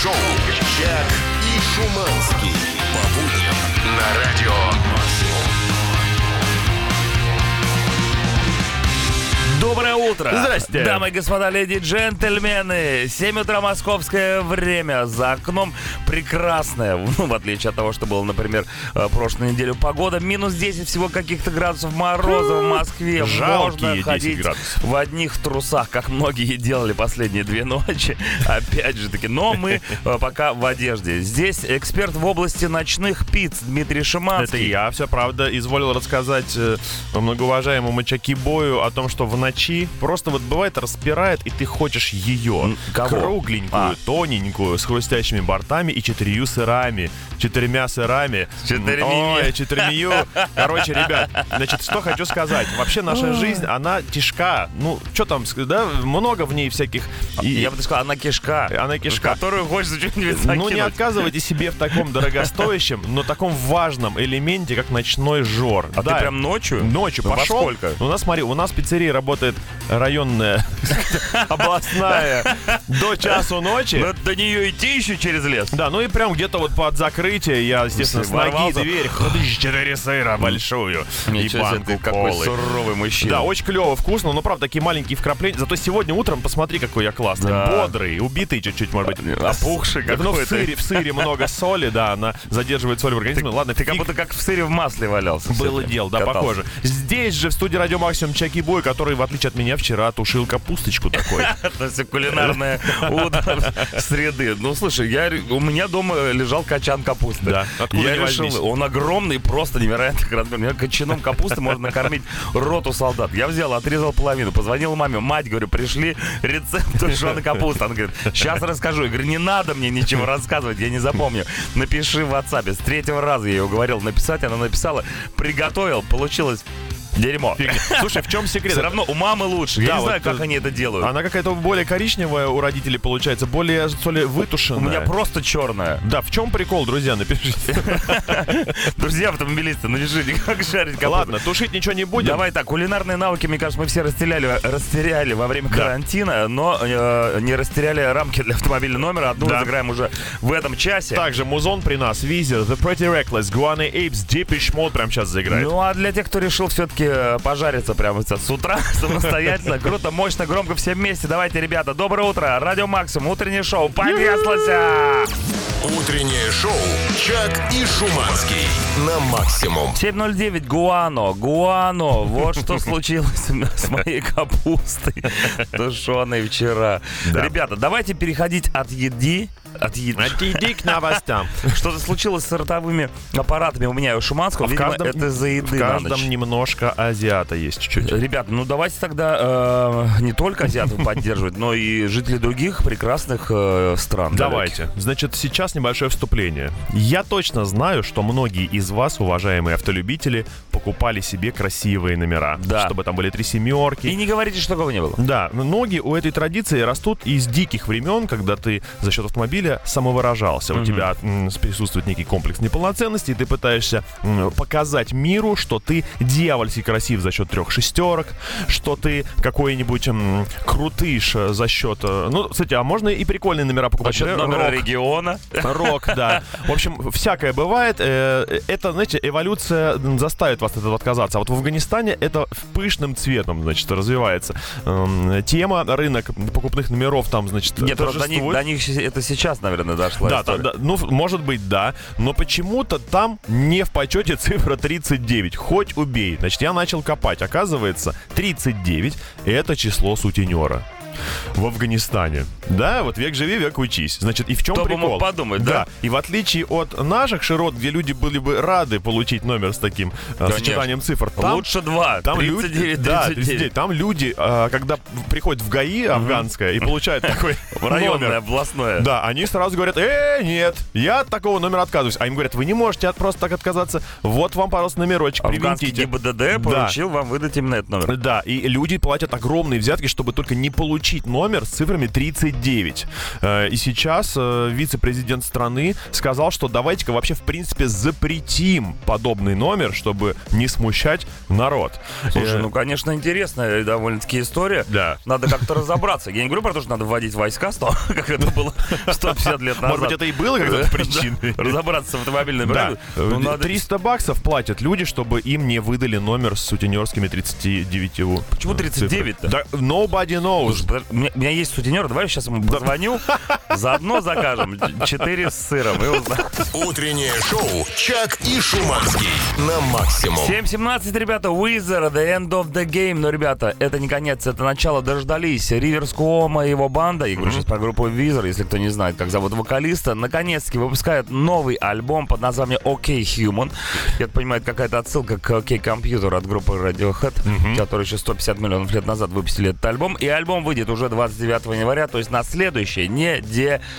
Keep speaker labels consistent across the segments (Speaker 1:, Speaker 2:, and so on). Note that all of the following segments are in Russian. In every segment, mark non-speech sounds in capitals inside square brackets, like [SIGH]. Speaker 1: Шоу Чак и Шуманский. По будням на радио
Speaker 2: Доброе утро!
Speaker 3: Здрасте.
Speaker 2: Дамы и господа, леди и джентльмены! 7 утра московское время. За окном прекрасное, [LAUGHS] ну, в отличие от того, что было, например, э, прошлую неделю. Погода минус 10 всего каких-то градусов мороза в Москве.
Speaker 3: Жалкие
Speaker 2: Можно
Speaker 3: 10
Speaker 2: ходить
Speaker 3: градусов.
Speaker 2: в одних трусах, как многие [LAUGHS] делали последние две ночи. [LAUGHS] Опять же таки. Но мы э, пока в одежде. Здесь эксперт в области ночных пиц Дмитрий
Speaker 3: Это
Speaker 2: Шиманский.
Speaker 3: я, все правда, изволил рассказать э, многоуважаемому Чаки-бою о том, что в ночи просто вот бывает распирает, и ты хочешь ее.
Speaker 2: М, кого?
Speaker 3: Кругленькую,
Speaker 2: А.
Speaker 3: тоненькую, с хрустящими бортами и четырью сырами. Четырьмя сырами.
Speaker 2: четырьмя.
Speaker 3: Ой, четырьмью. Короче, ребят, значит, что хочу сказать. Вообще наша жизнь, она тяжка. Ну, что там, ск- да, много в ней всяких... и-
Speaker 2: Я бы так сказал, она кишка.
Speaker 3: Она кишка.
Speaker 2: Которую хочется чуть-нибудь
Speaker 3: Ну,
Speaker 2: закинуть.
Speaker 3: не отказывайте себе в таком дорогостоящем, но таком важном элементе, как ночной жор.
Speaker 2: А
Speaker 3: Да,
Speaker 2: ты прям ночью? Ну,
Speaker 3: Ночью
Speaker 2: Во
Speaker 3: пошел.
Speaker 2: сколько?
Speaker 3: У нас, смотри, у нас в пиццерии работает районная, [LAUGHS] областная до часу ночи.
Speaker 2: Ну, до нее идти еще через лес.
Speaker 3: Да, ну и прям где-то вот под закрытие я, естественно, с ноги
Speaker 2: Ворвался.
Speaker 3: дверь. Ходишь, четыре сыра большую и
Speaker 2: Ничего себе,
Speaker 3: банку
Speaker 2: ты какой
Speaker 3: колы.
Speaker 2: суровый мужчина.
Speaker 3: Да, очень клево, вкусно, но правда такие маленькие вкрапления. Зато сегодня утром посмотри, какой я классный,
Speaker 2: Да.
Speaker 3: бодрый, убитый чуть-чуть, может быть,
Speaker 2: Опухший
Speaker 3: Да, Ну в
Speaker 2: какой-то.
Speaker 3: сыре, в сыре много соли, да, она задерживает соль в организме. Ну, Ладно,
Speaker 2: Ты как
Speaker 3: фиг
Speaker 2: будто как в сыре в масле валялся.
Speaker 3: было
Speaker 2: сегодня.
Speaker 3: дело, да,
Speaker 2: Катался.
Speaker 3: похоже. Здесь же в студии Радио Максимум Чаки Бой, который, в отличие от меня, вчера тушил
Speaker 2: [LAUGHS]
Speaker 3: капусточку такой.
Speaker 2: Это все кулинарное утро среды. Ну, слушай, я, ре- у меня дома лежал качан капусты.
Speaker 3: Да, откуда
Speaker 2: я
Speaker 3: ни
Speaker 2: решил,
Speaker 3: возьмись.
Speaker 2: он огромный, просто невероятно размер. Я качаном капусты можно накормить роту солдат. Я взял, отрезал половину, позвонил маме. Мать, говорю, пришли рецепт тушеной капусты. Она говорит, сейчас расскажу. Я говорю, не надо мне ничего рассказывать, я не запомню. Напиши в WhatsApp. С третьего раза я ее уговорил написать, она написала, приготовил, получилось дерьмо.
Speaker 3: Фигня. Слушай, в чем секрет?
Speaker 2: Все равно у мамы лучше. Я
Speaker 3: Да,
Speaker 2: не
Speaker 3: вот
Speaker 2: знаю, как
Speaker 3: это-
Speaker 2: они это делают.
Speaker 3: Она какая-то более коричневая у родителей получается, более соли вытушенная.
Speaker 2: У меня просто черная.
Speaker 3: Да, в чем прикол, друзья, напишите.
Speaker 2: [LAUGHS] Друзья автомобилисты, ну решите, [LAUGHS] как жарить капусту.
Speaker 3: Ладно, тушить ничего не будем.
Speaker 2: Давай так, кулинарные навыки, мне кажется, мы все растеряли, растеряли во время карантина, но э, не растеряли рамки для автомобиля номера. Одну
Speaker 3: Да.
Speaker 2: разыграем уже в этом часе.
Speaker 3: Также Музон при нас, Визер, The Pretty Reckless, Guana Apes, Deepish Mode прямо сейчас заиграет.
Speaker 2: Ну а для тех, кто решил все-таки пожариться прямо сейчас с утра [LAUGHS] самостоятельно, круто, мощно, громко, все вместе. Давайте, ребята, доброе утро. Радио Максимум, утреннее шоу. Понеслось!
Speaker 1: Утреннее шоу Чак и Шуманский на максимум.
Speaker 2: 7.09, Гуано, Гуано, вот
Speaker 3: [LAUGHS]
Speaker 2: что случилось у меня с моей капустой, тушеной вчера. Ребята, давайте переходить от еды, от еды.
Speaker 3: Иди к А новостям.
Speaker 2: Что-то случилось с ротовыми аппаратами у меня и у Шуманского,
Speaker 3: А
Speaker 2: [LAUGHS]
Speaker 3: В
Speaker 2: видимо,
Speaker 3: каждом-
Speaker 2: это из-за
Speaker 3: В
Speaker 2: еды на
Speaker 3: каждом
Speaker 2: ночь.
Speaker 3: немножко азиата есть чуть-чуть.
Speaker 2: Ребята, ну давайте тогда э, не только
Speaker 3: [LAUGHS]
Speaker 2: азиатов поддерживать, но и жителей других прекрасных э, стран.
Speaker 3: Давайте. Значит, сейчас небольшое вступление. Я точно знаю, что многие из вас, уважаемые автолюбители, покупали себе красивые номера.
Speaker 2: Да.
Speaker 3: Чтобы там были три семерки.
Speaker 2: И не говорите, что такого не было.
Speaker 3: Да, но ноги у этой традиции растут из диких времен, когда ты за счет автомобиля самовыражался. У
Speaker 2: Мгм.
Speaker 3: тебя м, присутствует некий комплекс неполноценности, и ты пытаешься м, показать миру, что ты дьявольски красив за счет трех шестерок, что ты какой-нибудь м, крутыш э, за счет... э, Ну, кстати, а можно и прикольные номера покупать.
Speaker 2: Насчет
Speaker 3: Например,
Speaker 2: А номера
Speaker 3: рок.
Speaker 2: региона.
Speaker 3: Рок, да. В общем, всякое бывает. Э, Это, знаете, эволюция заставит вас от этого отказаться. А вот в Афганистане это в пышным цветом, значит, развивается. Эм, Тема, рынок покупных номеров там, значит,
Speaker 2: Нет, просто до них,
Speaker 3: торжествует.
Speaker 2: до них щи- это сейчас, наверное, дошло.
Speaker 3: Да, там, да, ну, может быть, да. Но почему-то там не в почете [LAUGHS] цифра 39. Хоть убей. Значит, я начал копать. Оказывается, 39 — это число сутенера. В Афганистане. Да, вот век живи, век учись. Значит, и в чем
Speaker 2: Кто бы
Speaker 3: прикол?
Speaker 2: мог подумать, да?
Speaker 3: И в отличие от наших широт, где люди были бы рады получить номер с таким э,
Speaker 2: Конечно.
Speaker 3: сочетанием цифр, там
Speaker 2: Лучше два.
Speaker 3: там
Speaker 2: 39,
Speaker 3: люди, да,
Speaker 2: 39.
Speaker 3: 39. там люди, а, когда приходят в ГАИ афганское
Speaker 2: [LAUGHS]
Speaker 3: и получают такой
Speaker 2: Районное,
Speaker 3: номер,
Speaker 2: областное.
Speaker 3: да, они сразу говорят, э, нет, я от такого номера отказываюсь. А им говорят, вы не можете от просто так отказаться, вот вам, пожалуйста, номерочек,
Speaker 2: Афганский
Speaker 3: привинтите.
Speaker 2: ГИБДД поручил вам выдать именно этот номер.
Speaker 3: Да, и люди платят огромные взятки, чтобы только не получить номер с цифрами 39. Э, И сейчас э, вице-президент страны сказал, что давайте-ка вообще, в принципе, запретим подобный номер, чтобы не смущать народ.
Speaker 2: Слушай,
Speaker 3: Э,
Speaker 2: ну, конечно, интересная и довольно-таки история.
Speaker 3: Да.
Speaker 2: Надо как-то разобраться. Я не говорю про то, что надо вводить войска, снова, [LAUGHS] как это было 150 лет назад.
Speaker 3: Может быть, это и было когда-то причиной.
Speaker 2: [LAUGHS] Разобраться в автомобильной бригаде. Ну,
Speaker 3: Да.
Speaker 2: надо-
Speaker 3: 300 баксов платят люди, чтобы им не выдали номер с сутенерскими 39
Speaker 2: Почему 39-то?
Speaker 3: Да, nobody knows.
Speaker 2: Слушай, подож- У меня, у меня есть сутенер, давай я сейчас ему позвоню, заодно закажем ч- четыре с сыром и узнаем.
Speaker 1: Утреннее шоу «Чак и Шуманский» на максимум.
Speaker 2: 7.17, ребята, Wizard, the end of the game. Но, ребята, это не конец, это начало, дождались. Риверс Куомо и его банда, я говорю сейчас про группу Wizard, если кто не знает, как зовут вокалиста, наконец-таки выпускают новый альбом под названием OK Human. Я так понимаю, это какая-то отсылка к OK Computer от группы Radiohead, которые еще 150 миллионов лет назад выпустили этот альбом. И альбом выйдет уже 29 января, то есть на следующей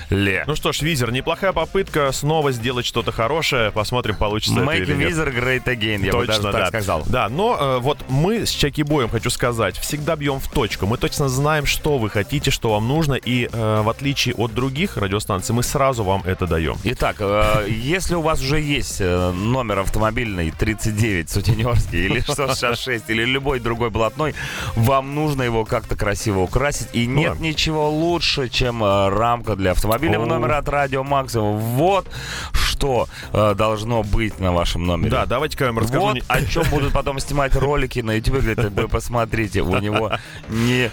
Speaker 2: неделе.
Speaker 3: Ну что ж, Визер, неплохая попытка снова сделать что-то хорошее. Посмотрим, получится
Speaker 2: Make
Speaker 3: это или нет.
Speaker 2: Wizard Great Again, я бы
Speaker 3: Точно,
Speaker 2: даже
Speaker 3: да.
Speaker 2: так сказал.
Speaker 3: Да, но э, вот мы с Чаки Боем, хочу сказать, всегда бьем в точку. Мы точно знаем, что вы хотите, что вам нужно. И э, в отличие от других радиостанций, мы сразу вам это даем.
Speaker 2: Итак, э, если у вас уже есть э, номер автомобильный 39 сутенерский или 666 или любой другой блатной, вам нужно его как-то красиво украсить. И нет
Speaker 3: ладно.
Speaker 2: ничего лучше, чем э, рамка для автомобильного
Speaker 3: О.
Speaker 2: номера от Радио Максимум. Вот что э, должно быть на вашем номере.
Speaker 3: Да, давайте-ка я вам расскажу.
Speaker 2: Вот
Speaker 3: не- [LAUGHS]
Speaker 2: о чем будут потом снимать ролики на YouTube. Говорит, вы посмотрите, у него не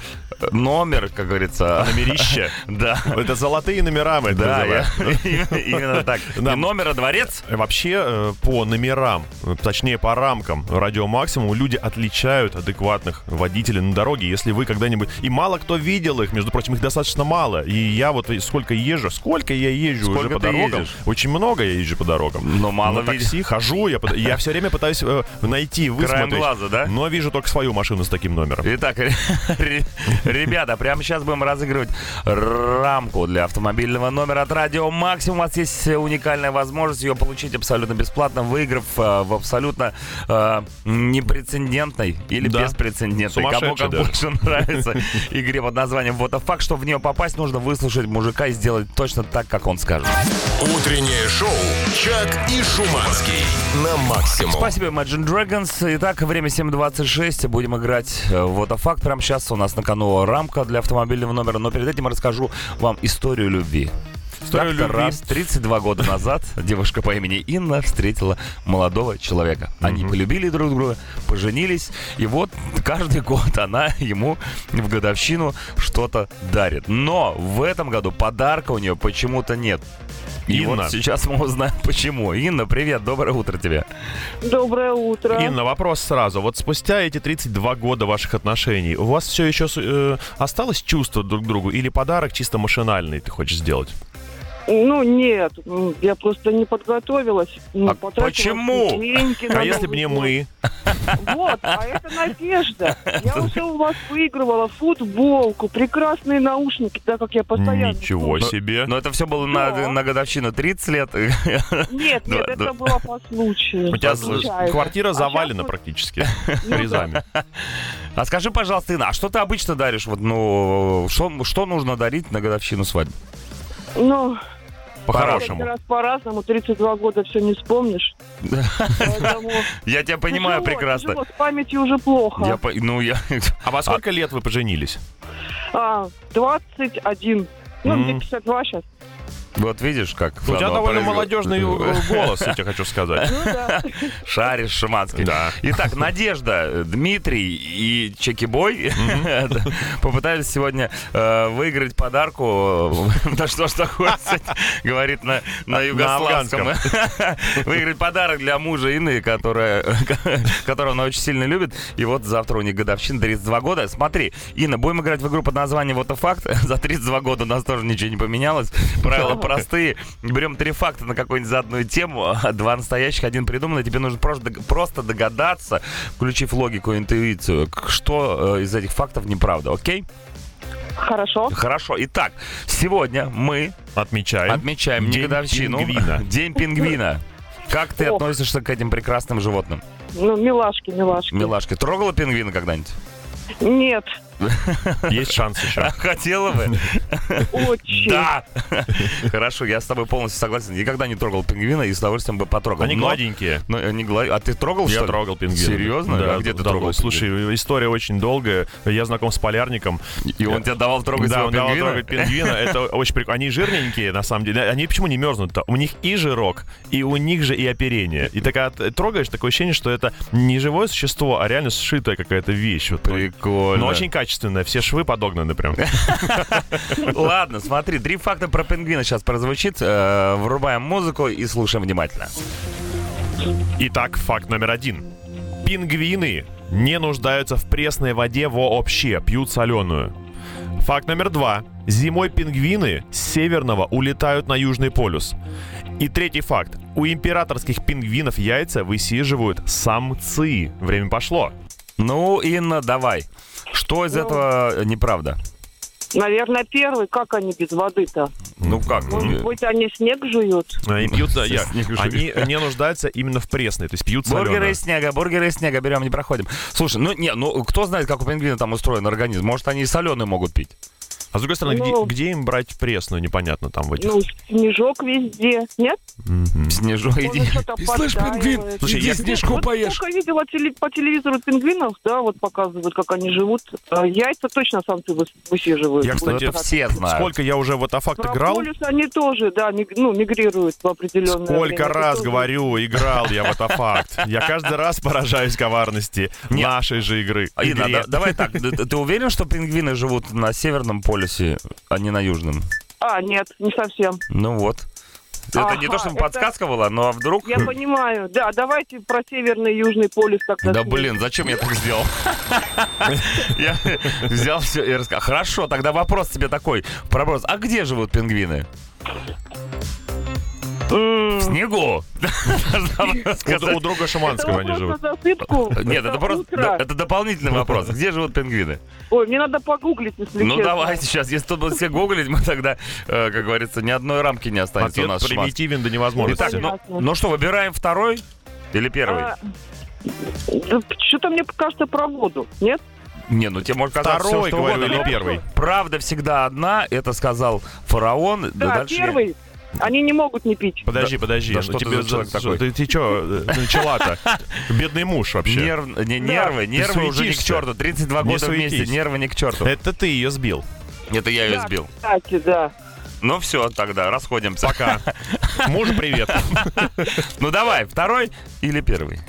Speaker 2: номер, как говорится, а [LAUGHS]
Speaker 3: Номерище. [LAUGHS]
Speaker 2: Да.
Speaker 3: Это золотые номера мы это
Speaker 2: Да,
Speaker 3: называем.
Speaker 2: я- [LAUGHS] именно так.
Speaker 3: Да.
Speaker 2: Не номер, а дворец.
Speaker 3: Вообще э, по номерам, э, точнее по рамкам радио максимум люди отличают адекватных водителей на дороге. Если вы когда-нибудь и мало кто видел их, между прочим, их достаточно мало. И я вот сколько езжу, сколько я езжу
Speaker 2: Сколько
Speaker 3: уже по
Speaker 2: ты
Speaker 3: дорогам,
Speaker 2: ездишь?
Speaker 3: очень много я езжу по дорогам.
Speaker 2: Но мало
Speaker 3: на такси хожу, я, пыт- я все время пытаюсь э, найти,
Speaker 2: Краем
Speaker 3: высмотреть.
Speaker 2: глаза, да?
Speaker 3: Но вижу только свою машину с таким номером.
Speaker 2: Итак, ре- ре- ребята, прямо сейчас будем разыгрывать рамку для автомобильного номера от Радио Максимум. У вас есть э, уникальная возможность ее получить абсолютно бесплатно, выиграв э, в абсолютно э, непрецедентной или
Speaker 3: Да.
Speaker 2: беспрецедентной, кому
Speaker 3: Сумасшедшей
Speaker 2: как
Speaker 3: даже.
Speaker 2: больше нравится, игре под названием «Вот a fuck». Чтобы в нее попасть, нужно выслушать мужика и сделать точно так, как он скажет.
Speaker 1: Утреннее шоу «Чак и Шуманский» на максимум.
Speaker 2: Спасибо, Imagine Dragons. Итак, время 7.26. Будем играть э, в вот факт. Прямо сейчас у нас на кону рамка для автомобильного номера. Но перед этим я расскажу вам историю любви.
Speaker 3: Историю
Speaker 2: Как-то
Speaker 3: любви.
Speaker 2: раз 32 года
Speaker 3: [LAUGHS]
Speaker 2: назад девушка по имени Инна встретила молодого человека. Они полюбили друг друга, поженились, и вот каждый год она ему в годовщину что-то дарит. Но в этом году подарка у нее почему-то нет. И
Speaker 3: Инна.
Speaker 2: вот сейчас мы узнаем почему. Инна, привет, доброе утро тебе.
Speaker 4: Доброе утро.
Speaker 3: Инна, вопрос сразу. Вот спустя эти 32 года ваших отношений, у вас все еще э, осталось чувство друг к другу или подарок чисто машинальный ты хочешь сделать?
Speaker 4: Ну нет, м, я просто не подготовилась. не
Speaker 2: А
Speaker 4: потратила
Speaker 2: почему?
Speaker 4: деньги на
Speaker 3: А если бы
Speaker 4: Новый
Speaker 3: не
Speaker 4: год.
Speaker 3: мы?
Speaker 4: Вот, а это надежда. Я уже у вас выигрывала футболку, прекрасные наушники, так как я постоянно...
Speaker 3: Ничего
Speaker 2: Ну,
Speaker 3: себе.
Speaker 2: [LAUGHS] Но это все было на,
Speaker 4: Да.
Speaker 2: на годовщину 30 лет. [LAUGHS]
Speaker 4: Нет, нет,
Speaker 2: Да,
Speaker 4: это
Speaker 2: да.
Speaker 4: было по случаю.
Speaker 3: У тебя
Speaker 4: случайно.
Speaker 3: квартира
Speaker 4: Ну, А
Speaker 3: завалена
Speaker 4: щас вот-
Speaker 3: практически
Speaker 4: Ну да.
Speaker 3: призами.
Speaker 2: А скажи, пожалуйста, Инна, а что ты обычно даришь? Вот, ну, что, что нужно дарить на годовщину свадьбы?
Speaker 4: Ну, каждый
Speaker 3: По-хорошему.
Speaker 4: раз по-разному, 32 года все не вспомнишь. Поэтому
Speaker 2: Я тебя понимаю
Speaker 4: тяжело,
Speaker 2: прекрасно.
Speaker 4: тяжело, С памятью уже плохо.
Speaker 2: Я, по- ну, я... [LAUGHS]
Speaker 3: А во сколько лет вы поженились?
Speaker 4: А, 21. Ну,
Speaker 3: М.
Speaker 4: мне 52 сейчас.
Speaker 2: Вот видишь, как...
Speaker 3: У тебя
Speaker 2: оно
Speaker 3: довольно
Speaker 2: произошло. [LAUGHS]
Speaker 3: молодежный э, голос, я тебе хочу сказать. [LAUGHS]
Speaker 4: Ну да.
Speaker 2: Шаришь шаманский.
Speaker 3: Да.
Speaker 2: Итак, [LAUGHS] Надежда, Дмитрий и Чекибой [LAUGHS] попытались сегодня э, выиграть подарку. [LAUGHS] Да что ж такое, кстати, говорит на, на югославском. Выиграть подарок для мужа Инны, которая, которого она очень сильно любит. И вот завтра у них годовщина 32 года. Смотри, Инна, будем играть в игру под названием «Вот и факт». За 32 года у нас тоже ничего не поменялось. Правила простые. Берем три факта на какую-нибудь заданную тему. Два настоящих, один придуманный. Тебе нужно просто дог- просто догадаться, включив логику и интуицию, к- что э, из этих фактов неправда, окей?
Speaker 4: Хорошо.
Speaker 2: Хорошо. Итак, сегодня мы [LAUGHS]
Speaker 3: Отмечаем.
Speaker 2: отмечаем не
Speaker 3: День
Speaker 2: годовщину.
Speaker 3: пингвина.
Speaker 2: [LAUGHS] День пингвина. Как ты
Speaker 4: Ох.
Speaker 2: относишься к этим прекрасным животным?
Speaker 4: Ну, милашки,
Speaker 2: [LAUGHS]
Speaker 3: [LAUGHS]
Speaker 4: милашки.
Speaker 2: Милашка, трогала пингвина когда-нибудь?
Speaker 4: Нет.
Speaker 3: Есть шанс еще.
Speaker 2: А Хотела бы?
Speaker 4: Очень.
Speaker 2: Да! [LAUGHS] Хорошо, я с тобой полностью согласен. Никогда не трогал пингвина и с удовольствием бы потрогал.
Speaker 3: Они
Speaker 2: Но-
Speaker 3: гладенькие.
Speaker 2: Ну, э, не глади- А ты трогал, что
Speaker 3: Я
Speaker 2: ли?
Speaker 3: трогал пингвина.
Speaker 2: Серьезно?
Speaker 3: Да,
Speaker 2: а где ты
Speaker 3: трогал?
Speaker 2: трогал?
Speaker 3: Слушай, история очень долгая. Я знаком с полярником.
Speaker 2: И он тебя давал трогать
Speaker 3: да,
Speaker 2: своего
Speaker 3: он давал
Speaker 2: пингвина?
Speaker 3: трогать пингвина. Это очень прикольно. Они жирненькие, на самом деле. Они почему не мерзнут-то? У них и жирок, и у них же и оперение. И ты когда т- трогаешь, такое ощущение, что это не живое существо, а реально сшитая какая-то вещь.
Speaker 2: [LAUGHS]
Speaker 3: Вот.
Speaker 2: Прикольно.
Speaker 3: Но очень [LAUGHS] качественная. Все швы подогнаны прям.
Speaker 2: Ладно, смотри, три факта про пингвина сейчас прозвучит. Э, Врубаем музыку и слушаем внимательно.
Speaker 3: Итак, факт номер один. Пингвины не нуждаются в пресной воде вообще, пьют соленую. Факт номер два. Зимой пингвины с северного улетают на Южный полюс. И третий факт. У императорских пингвинов яйца высиживают самцы. Время пошло.
Speaker 2: Ну, Инна, давай. Что из
Speaker 4: Ну.
Speaker 2: этого э, неправда?
Speaker 4: Наверное, первый. Как они без воды-то?
Speaker 2: Ну как?
Speaker 4: Может быть, они снег жуют?
Speaker 3: Они пьют, да, я-
Speaker 2: Снег уже.
Speaker 3: они не нуждаются именно в пресной, то есть пьют
Speaker 2: Бургеры
Speaker 3: соленую.
Speaker 2: из снега, бургеры из снега берем, не проходим. Слушай, ну не, ну кто знает, как у пингвина там устроен организм? Может, они и соленые могут пить?
Speaker 3: А с другой стороны, где-
Speaker 4: Ну.
Speaker 3: где, им брать пресную, непонятно там в этих.
Speaker 4: Ну, снежок везде. Нет?
Speaker 2: Снежок, иди.
Speaker 3: [LAUGHS]
Speaker 4: Он что-то подтаивает.
Speaker 3: Слушай, я
Speaker 4: вот сколько видела теле- по телевизору пингвинов, да, вот показывают, как они живут. А Яйца точно самцы выс- высиживают.
Speaker 3: Я, кстати,
Speaker 2: Это
Speaker 4: Вот так.
Speaker 2: все знают.
Speaker 3: Сколько я уже в
Speaker 4: Про
Speaker 3: атофакт играл?
Speaker 4: полюс они тоже, да, ми- ну, мигрируют в определенное время.
Speaker 3: Сколько
Speaker 4: Это
Speaker 3: раз
Speaker 4: тоже-
Speaker 3: говорю, играл я в Атофакт. Я каждый раз поражаюсь коварности
Speaker 2: Нет.
Speaker 3: нашей же игры.
Speaker 2: А, Инна,
Speaker 3: Игре.
Speaker 2: да- давай так, ты, ты уверен, что пингвины живут на северном полюсе, а не на южном?
Speaker 4: А, нет, не совсем.
Speaker 2: Ну вот. Это не
Speaker 4: Ага,
Speaker 2: то, чтобы
Speaker 4: это-
Speaker 2: подсказка была, но а вдруг...
Speaker 3: [LAUGHS]
Speaker 4: Я понимаю. Да, давайте про Северный и Южный полюс тогда.
Speaker 2: Да блин, зачем я так
Speaker 3: [LAUGHS]
Speaker 2: сделал? Я взял все и рассказал. Хорошо, тогда вопрос тебе такой. Проброс. А где живут пингвины? В
Speaker 3: [LAUGHS]
Speaker 2: снегу. Должна была
Speaker 3: У, у
Speaker 2: сказать.
Speaker 3: друга
Speaker 4: Это
Speaker 3: Шаманского они
Speaker 4: вопрос на
Speaker 3: живут.
Speaker 4: засыпку.
Speaker 2: Э, Нет, это
Speaker 4: до
Speaker 2: просто
Speaker 4: утра.
Speaker 2: это дополнительный вопрос. Где живут пингвины?
Speaker 4: Ой, мне надо погуглить, если
Speaker 2: Ну
Speaker 4: честно.
Speaker 2: давайте сейчас, если тут будут все гуглить, мы тогда, э, как говорится, ни одной рамки не останется у
Speaker 3: Ответ
Speaker 2: нас. Шмат.
Speaker 3: примитивен до
Speaker 2: Итак,
Speaker 3: невозможности.
Speaker 2: ну,
Speaker 4: Понятно.
Speaker 2: ну что, выбираем второй или первый?
Speaker 4: А, да Что-то мне кажется про воду, нет?
Speaker 2: Не, ну тебе может казаться все,
Speaker 3: Второй,
Speaker 2: что
Speaker 3: говорю,
Speaker 2: угодно,
Speaker 3: или
Speaker 2: но
Speaker 3: первый?
Speaker 2: Правда всегда одна, это сказал фараон.
Speaker 4: Да,
Speaker 2: дальше я-
Speaker 4: первый. Они не могут не пить.
Speaker 3: Подожди, подожди.
Speaker 2: да
Speaker 3: ну
Speaker 2: что ты
Speaker 3: тебе
Speaker 2: за человек такой?
Speaker 3: Ты, ты чё э, начала-то? Бедный муж вообще.
Speaker 2: Нерв- не, нервы, нервы уже не к
Speaker 3: суетишься.
Speaker 2: черту. 32
Speaker 3: Не
Speaker 2: года вместе,
Speaker 3: суетись.
Speaker 2: нервы не к черту.
Speaker 3: Это ты ее сбил.
Speaker 2: Это я ее
Speaker 4: Да,
Speaker 2: сбил.
Speaker 4: Кстати, да.
Speaker 2: Ну все, тогда расходимся.
Speaker 3: Пока. Мужу привет.
Speaker 2: [LAUGHS] Ну давай, второй или первый?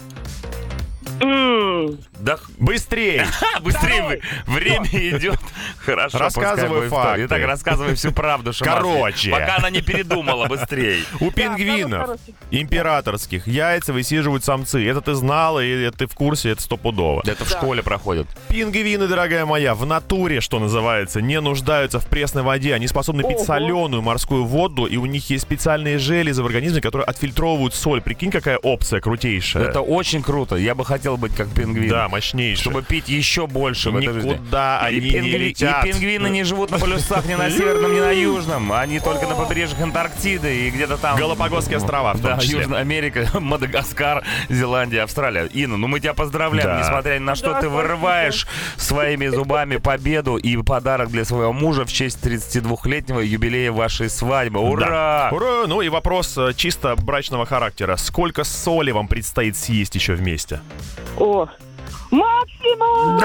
Speaker 4: М,
Speaker 2: Да х-
Speaker 3: Быстрее.
Speaker 2: а, быстрее вы. Время идет. [LAUGHS] Хорошо,
Speaker 3: Рассказывай
Speaker 2: пускай будет второй.
Speaker 3: факты.
Speaker 2: Итак, рассказывай всю [LAUGHS] правду, Шамарки.
Speaker 3: Короче.
Speaker 2: Пока она не передумала, быстрее.
Speaker 3: У
Speaker 4: да,
Speaker 3: пингвинов
Speaker 4: хороший.
Speaker 3: императорских яйца высиживают самцы. Это ты знала, и это ты в курсе, это стопудово.
Speaker 2: [LAUGHS] Это в школе проходит.
Speaker 3: Пингвины, дорогая моя, в натуре, что называется, не нуждаются в пресной воде. Они способны пить
Speaker 4: Ого.
Speaker 3: соленую морскую воду, и у них есть специальные железы в организме, которые отфильтровывают соль. Прикинь, какая опция крутейшая.
Speaker 2: Это очень круто. Я бы хотел быть как пингвин.
Speaker 3: да, мощнейшая.
Speaker 2: Чтобы пить еще больше в этой жизни.
Speaker 3: Никуда они
Speaker 2: А И, пингви-
Speaker 3: не летят.
Speaker 2: и пингвины не живут на полюсах
Speaker 3: [LAUGHS]
Speaker 2: ни на северном, ни на южном. Они только на побережьях Антарктиды и где-то там...
Speaker 3: Галапагосские острова в том
Speaker 2: Да,
Speaker 3: числе.
Speaker 2: Южная Америка, [LAUGHS] Мадагаскар, Зеландия, Австралия. Инна, ну мы тебя поздравляем,
Speaker 3: Да.
Speaker 2: несмотря ни на что,
Speaker 4: Да,
Speaker 2: ты
Speaker 4: спасибо.
Speaker 2: вырываешь своими зубами победу и подарок для своего мужа в честь 32-летнего юбилея вашей свадьбы. Ура!
Speaker 3: Да. Ура! Ну и вопрос э, чисто брачного характера. Сколько соли вам предстоит съесть еще вместе?
Speaker 4: О, Максимум!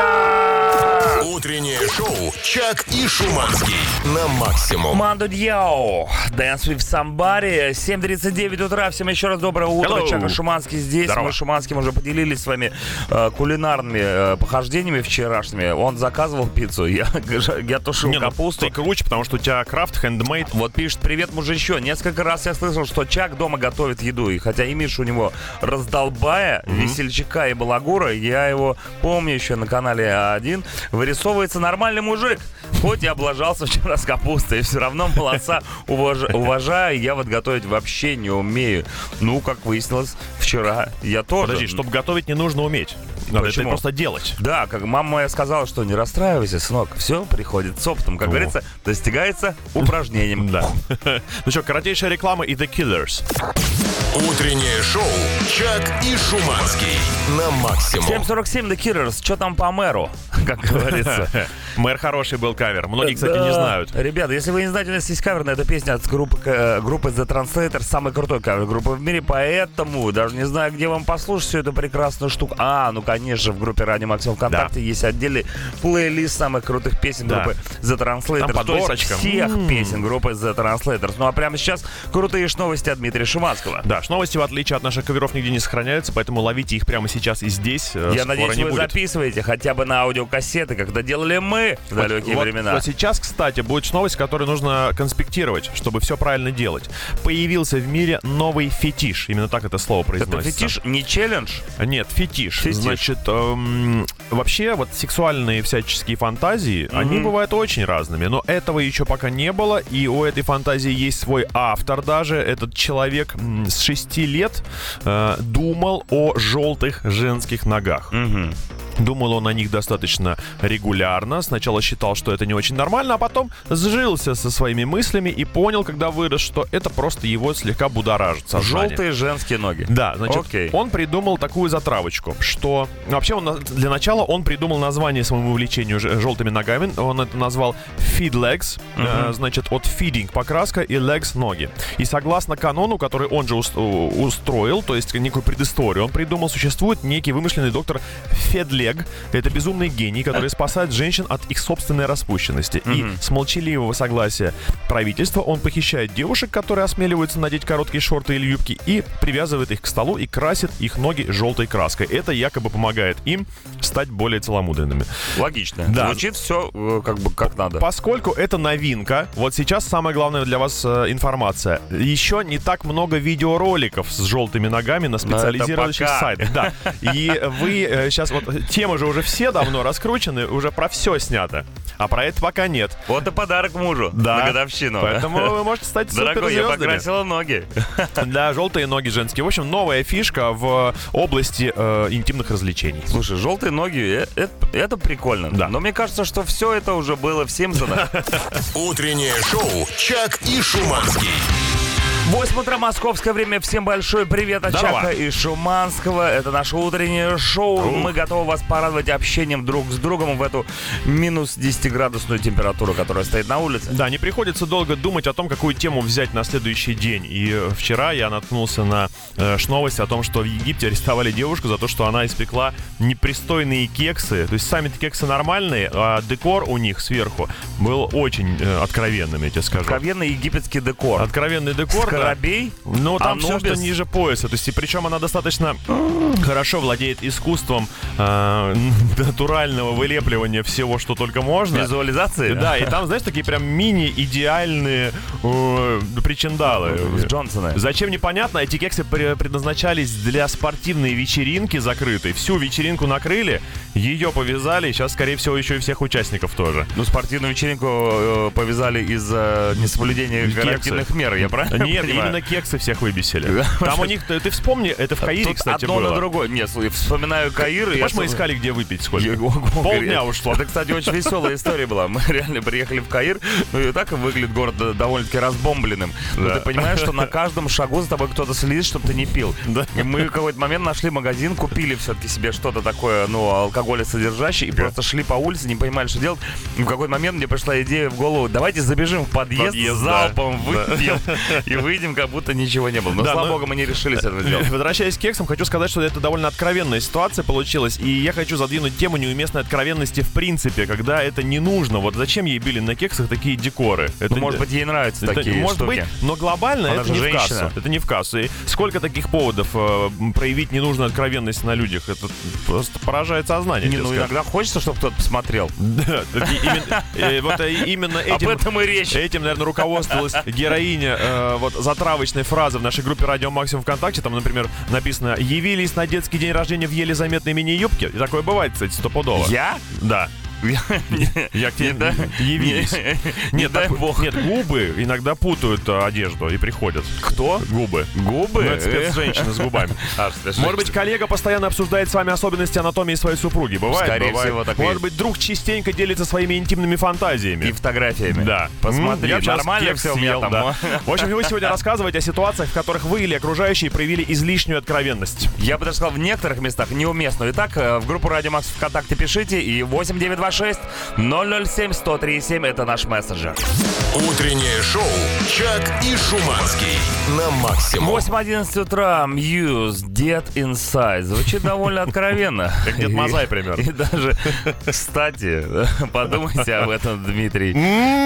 Speaker 1: Утреннее шоу «Чак и Шуманский» на максимум.
Speaker 2: Манду Дьяо, Dance with Somebody, 7.39 утра, всем еще раз доброе утро,
Speaker 3: Hello.
Speaker 2: Чака Шуманский здесь,
Speaker 3: Здорово.
Speaker 2: мы с Шуманским уже поделились с вами э, кулинарными э, похождениями вчерашними, он заказывал пиццу, я, [LAUGHS] я тушил
Speaker 3: Не, ну,
Speaker 2: капусту.
Speaker 3: ты круче, потому что у тебя крафт, хендмейд.
Speaker 2: Вот пишет, привет, мужичо. Несколько раз я слышал, что Чак дома готовит еду. И хотя имидж у него раздолбая, весельчака и балагура, я его помню еще на канале А1, вырисовывается нормальный мужик. Хоть и облажался вчера с капустой, все равно молодца уваж- уважаю. Я вот готовить вообще не умею. Ну, как выяснилось, вчера я тоже.
Speaker 3: Подожди, чтобы готовить не нужно уметь. Надо это
Speaker 2: Почему?
Speaker 3: просто делать.
Speaker 2: Да, как мама моя сказала, что не расстраивайся, сынок, все приходит с опытом, как
Speaker 3: О.
Speaker 2: говорится, достигается упражнением.
Speaker 3: Да. Ну что, коротейшая реклама и The
Speaker 2: [LAUGHS]
Speaker 3: Killers.
Speaker 1: Утреннее шоу «Чак и Шуманский» на максимум.
Speaker 2: 747 The Killers, что там по мэру, [LAUGHS] как говорится.
Speaker 3: [LAUGHS] Мэр хороший был кавер. Многие, кстати, не
Speaker 2: Да.
Speaker 3: знают.
Speaker 2: Ребята, если вы не знаете, у нас есть кавер на эту песню от группы, э, группы The Translator, самый крутой кавер группы в мире, поэтому даже не знаю, где вам послушать всю эту прекрасную штуку. А, ну, конечно, в группе Радио Максимум ВКонтакте есть отдельный плейлист самых крутых песен
Speaker 3: Да.
Speaker 2: группы The Translator.
Speaker 3: Там
Speaker 2: то есть
Speaker 3: подборочка.
Speaker 2: всех песен группы The Translators. Ну, а прямо сейчас крутые ж новости от Дмитрия Шуманского.
Speaker 3: Да, ж новости, в отличие от наших коверов, нигде не сохраняются, поэтому ловите их прямо сейчас и здесь. э,
Speaker 2: Я
Speaker 3: скоро
Speaker 2: надеюсь,
Speaker 3: не
Speaker 2: вы
Speaker 3: будет.
Speaker 2: записываете хотя бы на аудиокассеты, когда делали мы в
Speaker 3: Вот-
Speaker 2: далекие
Speaker 3: вот-
Speaker 2: времена.
Speaker 3: Вот сейчас, кстати, будет новость, которую нужно конспектировать, чтобы все правильно делать. Появился в мире новый фетиш. Именно так это слово
Speaker 2: Это
Speaker 3: произносится.
Speaker 2: фетиш, не челлендж? а
Speaker 3: Нет, фетиш.
Speaker 2: Фетиш.
Speaker 3: Значит, эм, вообще вот сексуальные всяческие фантазии, они бывают очень разными, но этого еще пока не было, и у этой фантазии есть свой автор даже. Этот человек м, с 6 лет э, думал о желтых женских ногах.
Speaker 2: Мгм.
Speaker 3: Думал он о них достаточно регулярно. Сначала считал, что это не очень нормально, а потом сжился со своими мыслями и понял, когда вырос, что это просто его слегка будоражит сознание.
Speaker 2: Желтые женские ноги.
Speaker 3: Да, значит,
Speaker 2: Окей.
Speaker 3: он придумал такую затравочку, что ну, вообще он на- для начала он придумал название своему увлечению ж- желтыми ногами. Он это назвал feed legs, э, значит, от feeding покраска и legs ноги. И согласно канону, который он же ус- у- устроил, то есть некую предысторию, он придумал, существует некий вымышленный доктор Федлег. Это безумный гений, который спасает женщин от их собственной распущенности. И с молчаливого согласия правительства он похищает девушек, которые осмеливаются надеть короткие шорты или юбки, и привязывает их к столу и красит их ноги желтой краской. Это якобы помогает им стать более целомудренными.
Speaker 2: Логично.
Speaker 3: Да.
Speaker 2: Звучит все как бы как надо.
Speaker 3: Поскольку это новинка, вот сейчас самая главная для вас э, информация. Еще не так много видеороликов с желтыми ногами на специализирующих
Speaker 2: пока.
Speaker 3: сайтах. Да. И вы сейчас вот темы же уже все давно раскручены, уже про все снято. А про это пока нет.
Speaker 2: Вот и подарок мужу
Speaker 3: Да.
Speaker 2: на годовщину.
Speaker 3: Поэтому вы можете
Speaker 2: [LAUGHS]
Speaker 3: стать
Speaker 2: Дорогой, я
Speaker 3: суперзвездами.
Speaker 2: покрасила ноги.
Speaker 3: Да, желтые ноги женские. В общем, новая фишка в области э, интимных развлечений.
Speaker 2: Слушай, желтые ноги, э, э, это, прикольно.
Speaker 3: Да.
Speaker 2: Но мне кажется, что все это уже было в
Speaker 3: [LAUGHS]
Speaker 2: Симпсонах.
Speaker 1: Утреннее шоу «Чак и Шуманский».
Speaker 2: 8 утра, московское время. Всем большой привет от
Speaker 3: Здорово.
Speaker 2: Чака и Шуманского. Это наше утреннее шоу. Мы готовы вас порадовать общением друг с другом в эту минус 10-градусную температуру, которая стоит на улице.
Speaker 3: Да, не приходится долго думать о том, какую тему взять на следующий день. И э, вчера я наткнулся на э, ж новость о том, что в Египте арестовали девушку за то, что она испекла непристойные кексы. То есть сами-то кексы нормальные, а декор у них сверху был очень э, откровенным, я тебе скажу.
Speaker 2: Откровенный египетский декор.
Speaker 3: Откровенный декор, да.
Speaker 2: Скоробей?
Speaker 3: Ну, там все, что
Speaker 2: Анубис?
Speaker 3: ниже пояса. То есть, и причем она достаточно хорошо владеет искусством э, [LAUGHS] натурального вылепливания всего, что только можно.
Speaker 2: Визуализации?
Speaker 3: Да, и там, знаешь, такие прям мини-идеальные э, причиндалы.
Speaker 2: Джонсона.
Speaker 3: Зачем непонятно, эти кексы пре- предназначались для спортивной вечеринки закрытой. Всю вечеринку накрыли, ее повязали, сейчас, скорее всего, еще и всех участников тоже.
Speaker 2: Ну, спортивную вечеринку э, повязали из-за несоблюдения
Speaker 3: Кексы.
Speaker 2: карантинных мер, я правильно
Speaker 3: Нет,
Speaker 2: понимаю?
Speaker 3: именно кексы всех
Speaker 2: [LAUGHS]
Speaker 3: выбесили. Там у них, ты ты вспомни, это в Каире,
Speaker 2: Тут
Speaker 3: кстати,
Speaker 2: одно
Speaker 3: было.
Speaker 2: на другое. Нет, слушай, вспоминаю Каир. и я
Speaker 3: Понимаешь, мы
Speaker 2: вспом-
Speaker 3: искали, где выпить
Speaker 2: Я-
Speaker 3: сколько?
Speaker 2: о, о,
Speaker 3: Полдня
Speaker 2: говорит.
Speaker 3: ушло.
Speaker 2: Это, кстати, очень веселая история была. Мы реально приехали в Каир, ну и так выглядит город э, довольно-таки разбомбленным. Но
Speaker 3: Да.
Speaker 2: ты понимаешь, что на каждом шагу за тобой кто-то следит, чтобы ты не пил.
Speaker 3: Да.
Speaker 2: И мы в какой-то момент нашли магазин, купили все-таки себе что-то такое, ну, алкоголя содержащее, и просто шли по улице, не понимали, что делать. И в какой-то момент мне пришла идея в голову, давайте забежим в подъезд,
Speaker 3: Подъезд, да.
Speaker 2: залпом выпьем и выйдем, как будто ничего не было. Но,
Speaker 3: Да,
Speaker 2: слава
Speaker 3: ну-
Speaker 2: богу, мы не решились этого
Speaker 3: [LAUGHS]
Speaker 2: делать.
Speaker 3: Возвращаясь к кексам, хочу сказать, что это довольно откровенная ситуация получилась, и я хочу задвинуть тему неуместной откровенности в принципе, когда это не нужно. Вот зачем ей били на кексах такие декоры? Это
Speaker 2: Ну, может быть, ей нравятся
Speaker 3: это-
Speaker 2: такие
Speaker 3: может
Speaker 2: штуки.
Speaker 3: быть, но глобально
Speaker 2: Она
Speaker 3: это
Speaker 2: же
Speaker 3: не в
Speaker 2: женщина.
Speaker 3: кассу. Это не в кассу. И сколько таких поводов э, м, проявить ненужную откровенность на людях? Это просто поражает сознание.
Speaker 2: Не,
Speaker 3: тебе
Speaker 2: ну
Speaker 3: скажу.
Speaker 2: иногда хочется, чтобы кто-то посмотрел.
Speaker 3: [LAUGHS] Да, так и именно- э, вот э, именно этим...
Speaker 2: Об этом и речь.
Speaker 3: Этим, наверное, руководствовалась героиня э, вот затравочной фразы в нашей группе Радио Максимум ВКонтакте. Там, например, написано «Явились на детский день рождения в еле заметной мини-юбке». И такое бывает, кстати, стопудово.
Speaker 2: Я?
Speaker 3: Да. Я к тебе
Speaker 2: Не, да.
Speaker 3: явились.
Speaker 2: Не, не
Speaker 3: Нет,
Speaker 2: дай
Speaker 3: такой-
Speaker 2: бог.
Speaker 3: Нет, губы иногда путают э, одежду и приходят. Кто? Губы.
Speaker 2: Губы?
Speaker 3: Ну, это спецженщина
Speaker 2: [LAUGHS]
Speaker 3: с губами.
Speaker 2: А, спецженщина.
Speaker 3: Может быть, коллега постоянно обсуждает с вами особенности анатомии своей супруги. Бывает,
Speaker 2: Скорее
Speaker 3: бывает.
Speaker 2: всего, так и
Speaker 3: Может
Speaker 2: есть.
Speaker 3: быть, друг частенько делится своими интимными фантазиями.
Speaker 2: И фотографиями.
Speaker 3: Да.
Speaker 2: Посмотри,
Speaker 3: М, я вчера
Speaker 2: нормально
Speaker 3: кекс
Speaker 2: все у меня
Speaker 3: съел,
Speaker 2: там.
Speaker 3: да.
Speaker 2: а?
Speaker 3: В общем, вы сегодня рассказываете о ситуациях, в которых вы или окружающие проявили излишнюю откровенность.
Speaker 2: Я бы даже сказал, в некоторых местах неуместно. Итак, э, в группу Радио Макс ВКонтакте пишите и 8926 007 1037 это наш мессенджер.
Speaker 1: Утреннее шоу «Чак и Шуманский» на максимум.
Speaker 2: 8.11 утра, Мьюз, Dead Inside. Звучит довольно откровенно.
Speaker 3: [LAUGHS] Как Дед Мазай примерно.
Speaker 2: И даже, кстати, подумайте об этом, Дмитрий.